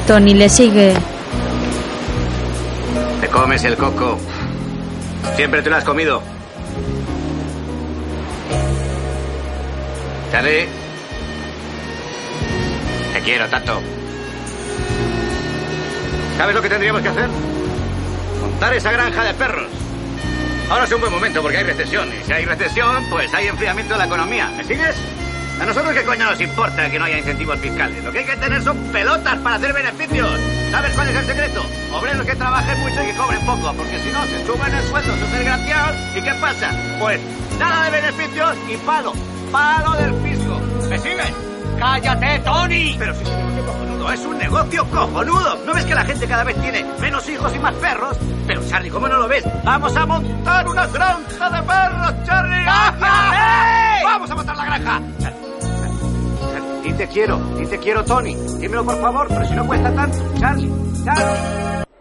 [SPEAKER 1] Tony le sigue.
[SPEAKER 11] Te comes el coco. Siempre te lo has comido. Charlie. Te quiero, Tato. ¿Sabes lo que tendríamos que hacer? Montar esa granja de perros. Ahora es un buen momento porque hay recesión. Y si hay recesión, pues hay enfriamiento de la economía. ¿Me sigues? A nosotros qué coño nos importa que no haya incentivos fiscales. Lo que hay que tener son pelotas para hacer beneficios. ¿Sabes cuál es el secreto? Obreros que trabajen mucho y que cobren poco, porque si no se suben el sueldo, sus desgraciados. ¿Y qué pasa? Pues nada de beneficios y palo. Palo del fisco. ¿Me siguen? ¡Cállate, Tony! Pero si es un negocio cojonudo, es un negocio cojonudo. ¿No ves que la gente cada vez tiene menos hijos y más perros? Pero, Charlie, ¿cómo no lo ves? ¡Vamos a montar una granja de perros, Charlie! ¡Cállate! ¡Vamos a montar la granja! Di te quiero, di te quiero, Tony. Dímelo, por favor, pero si no cuesta tanto. Charlie, Charlie.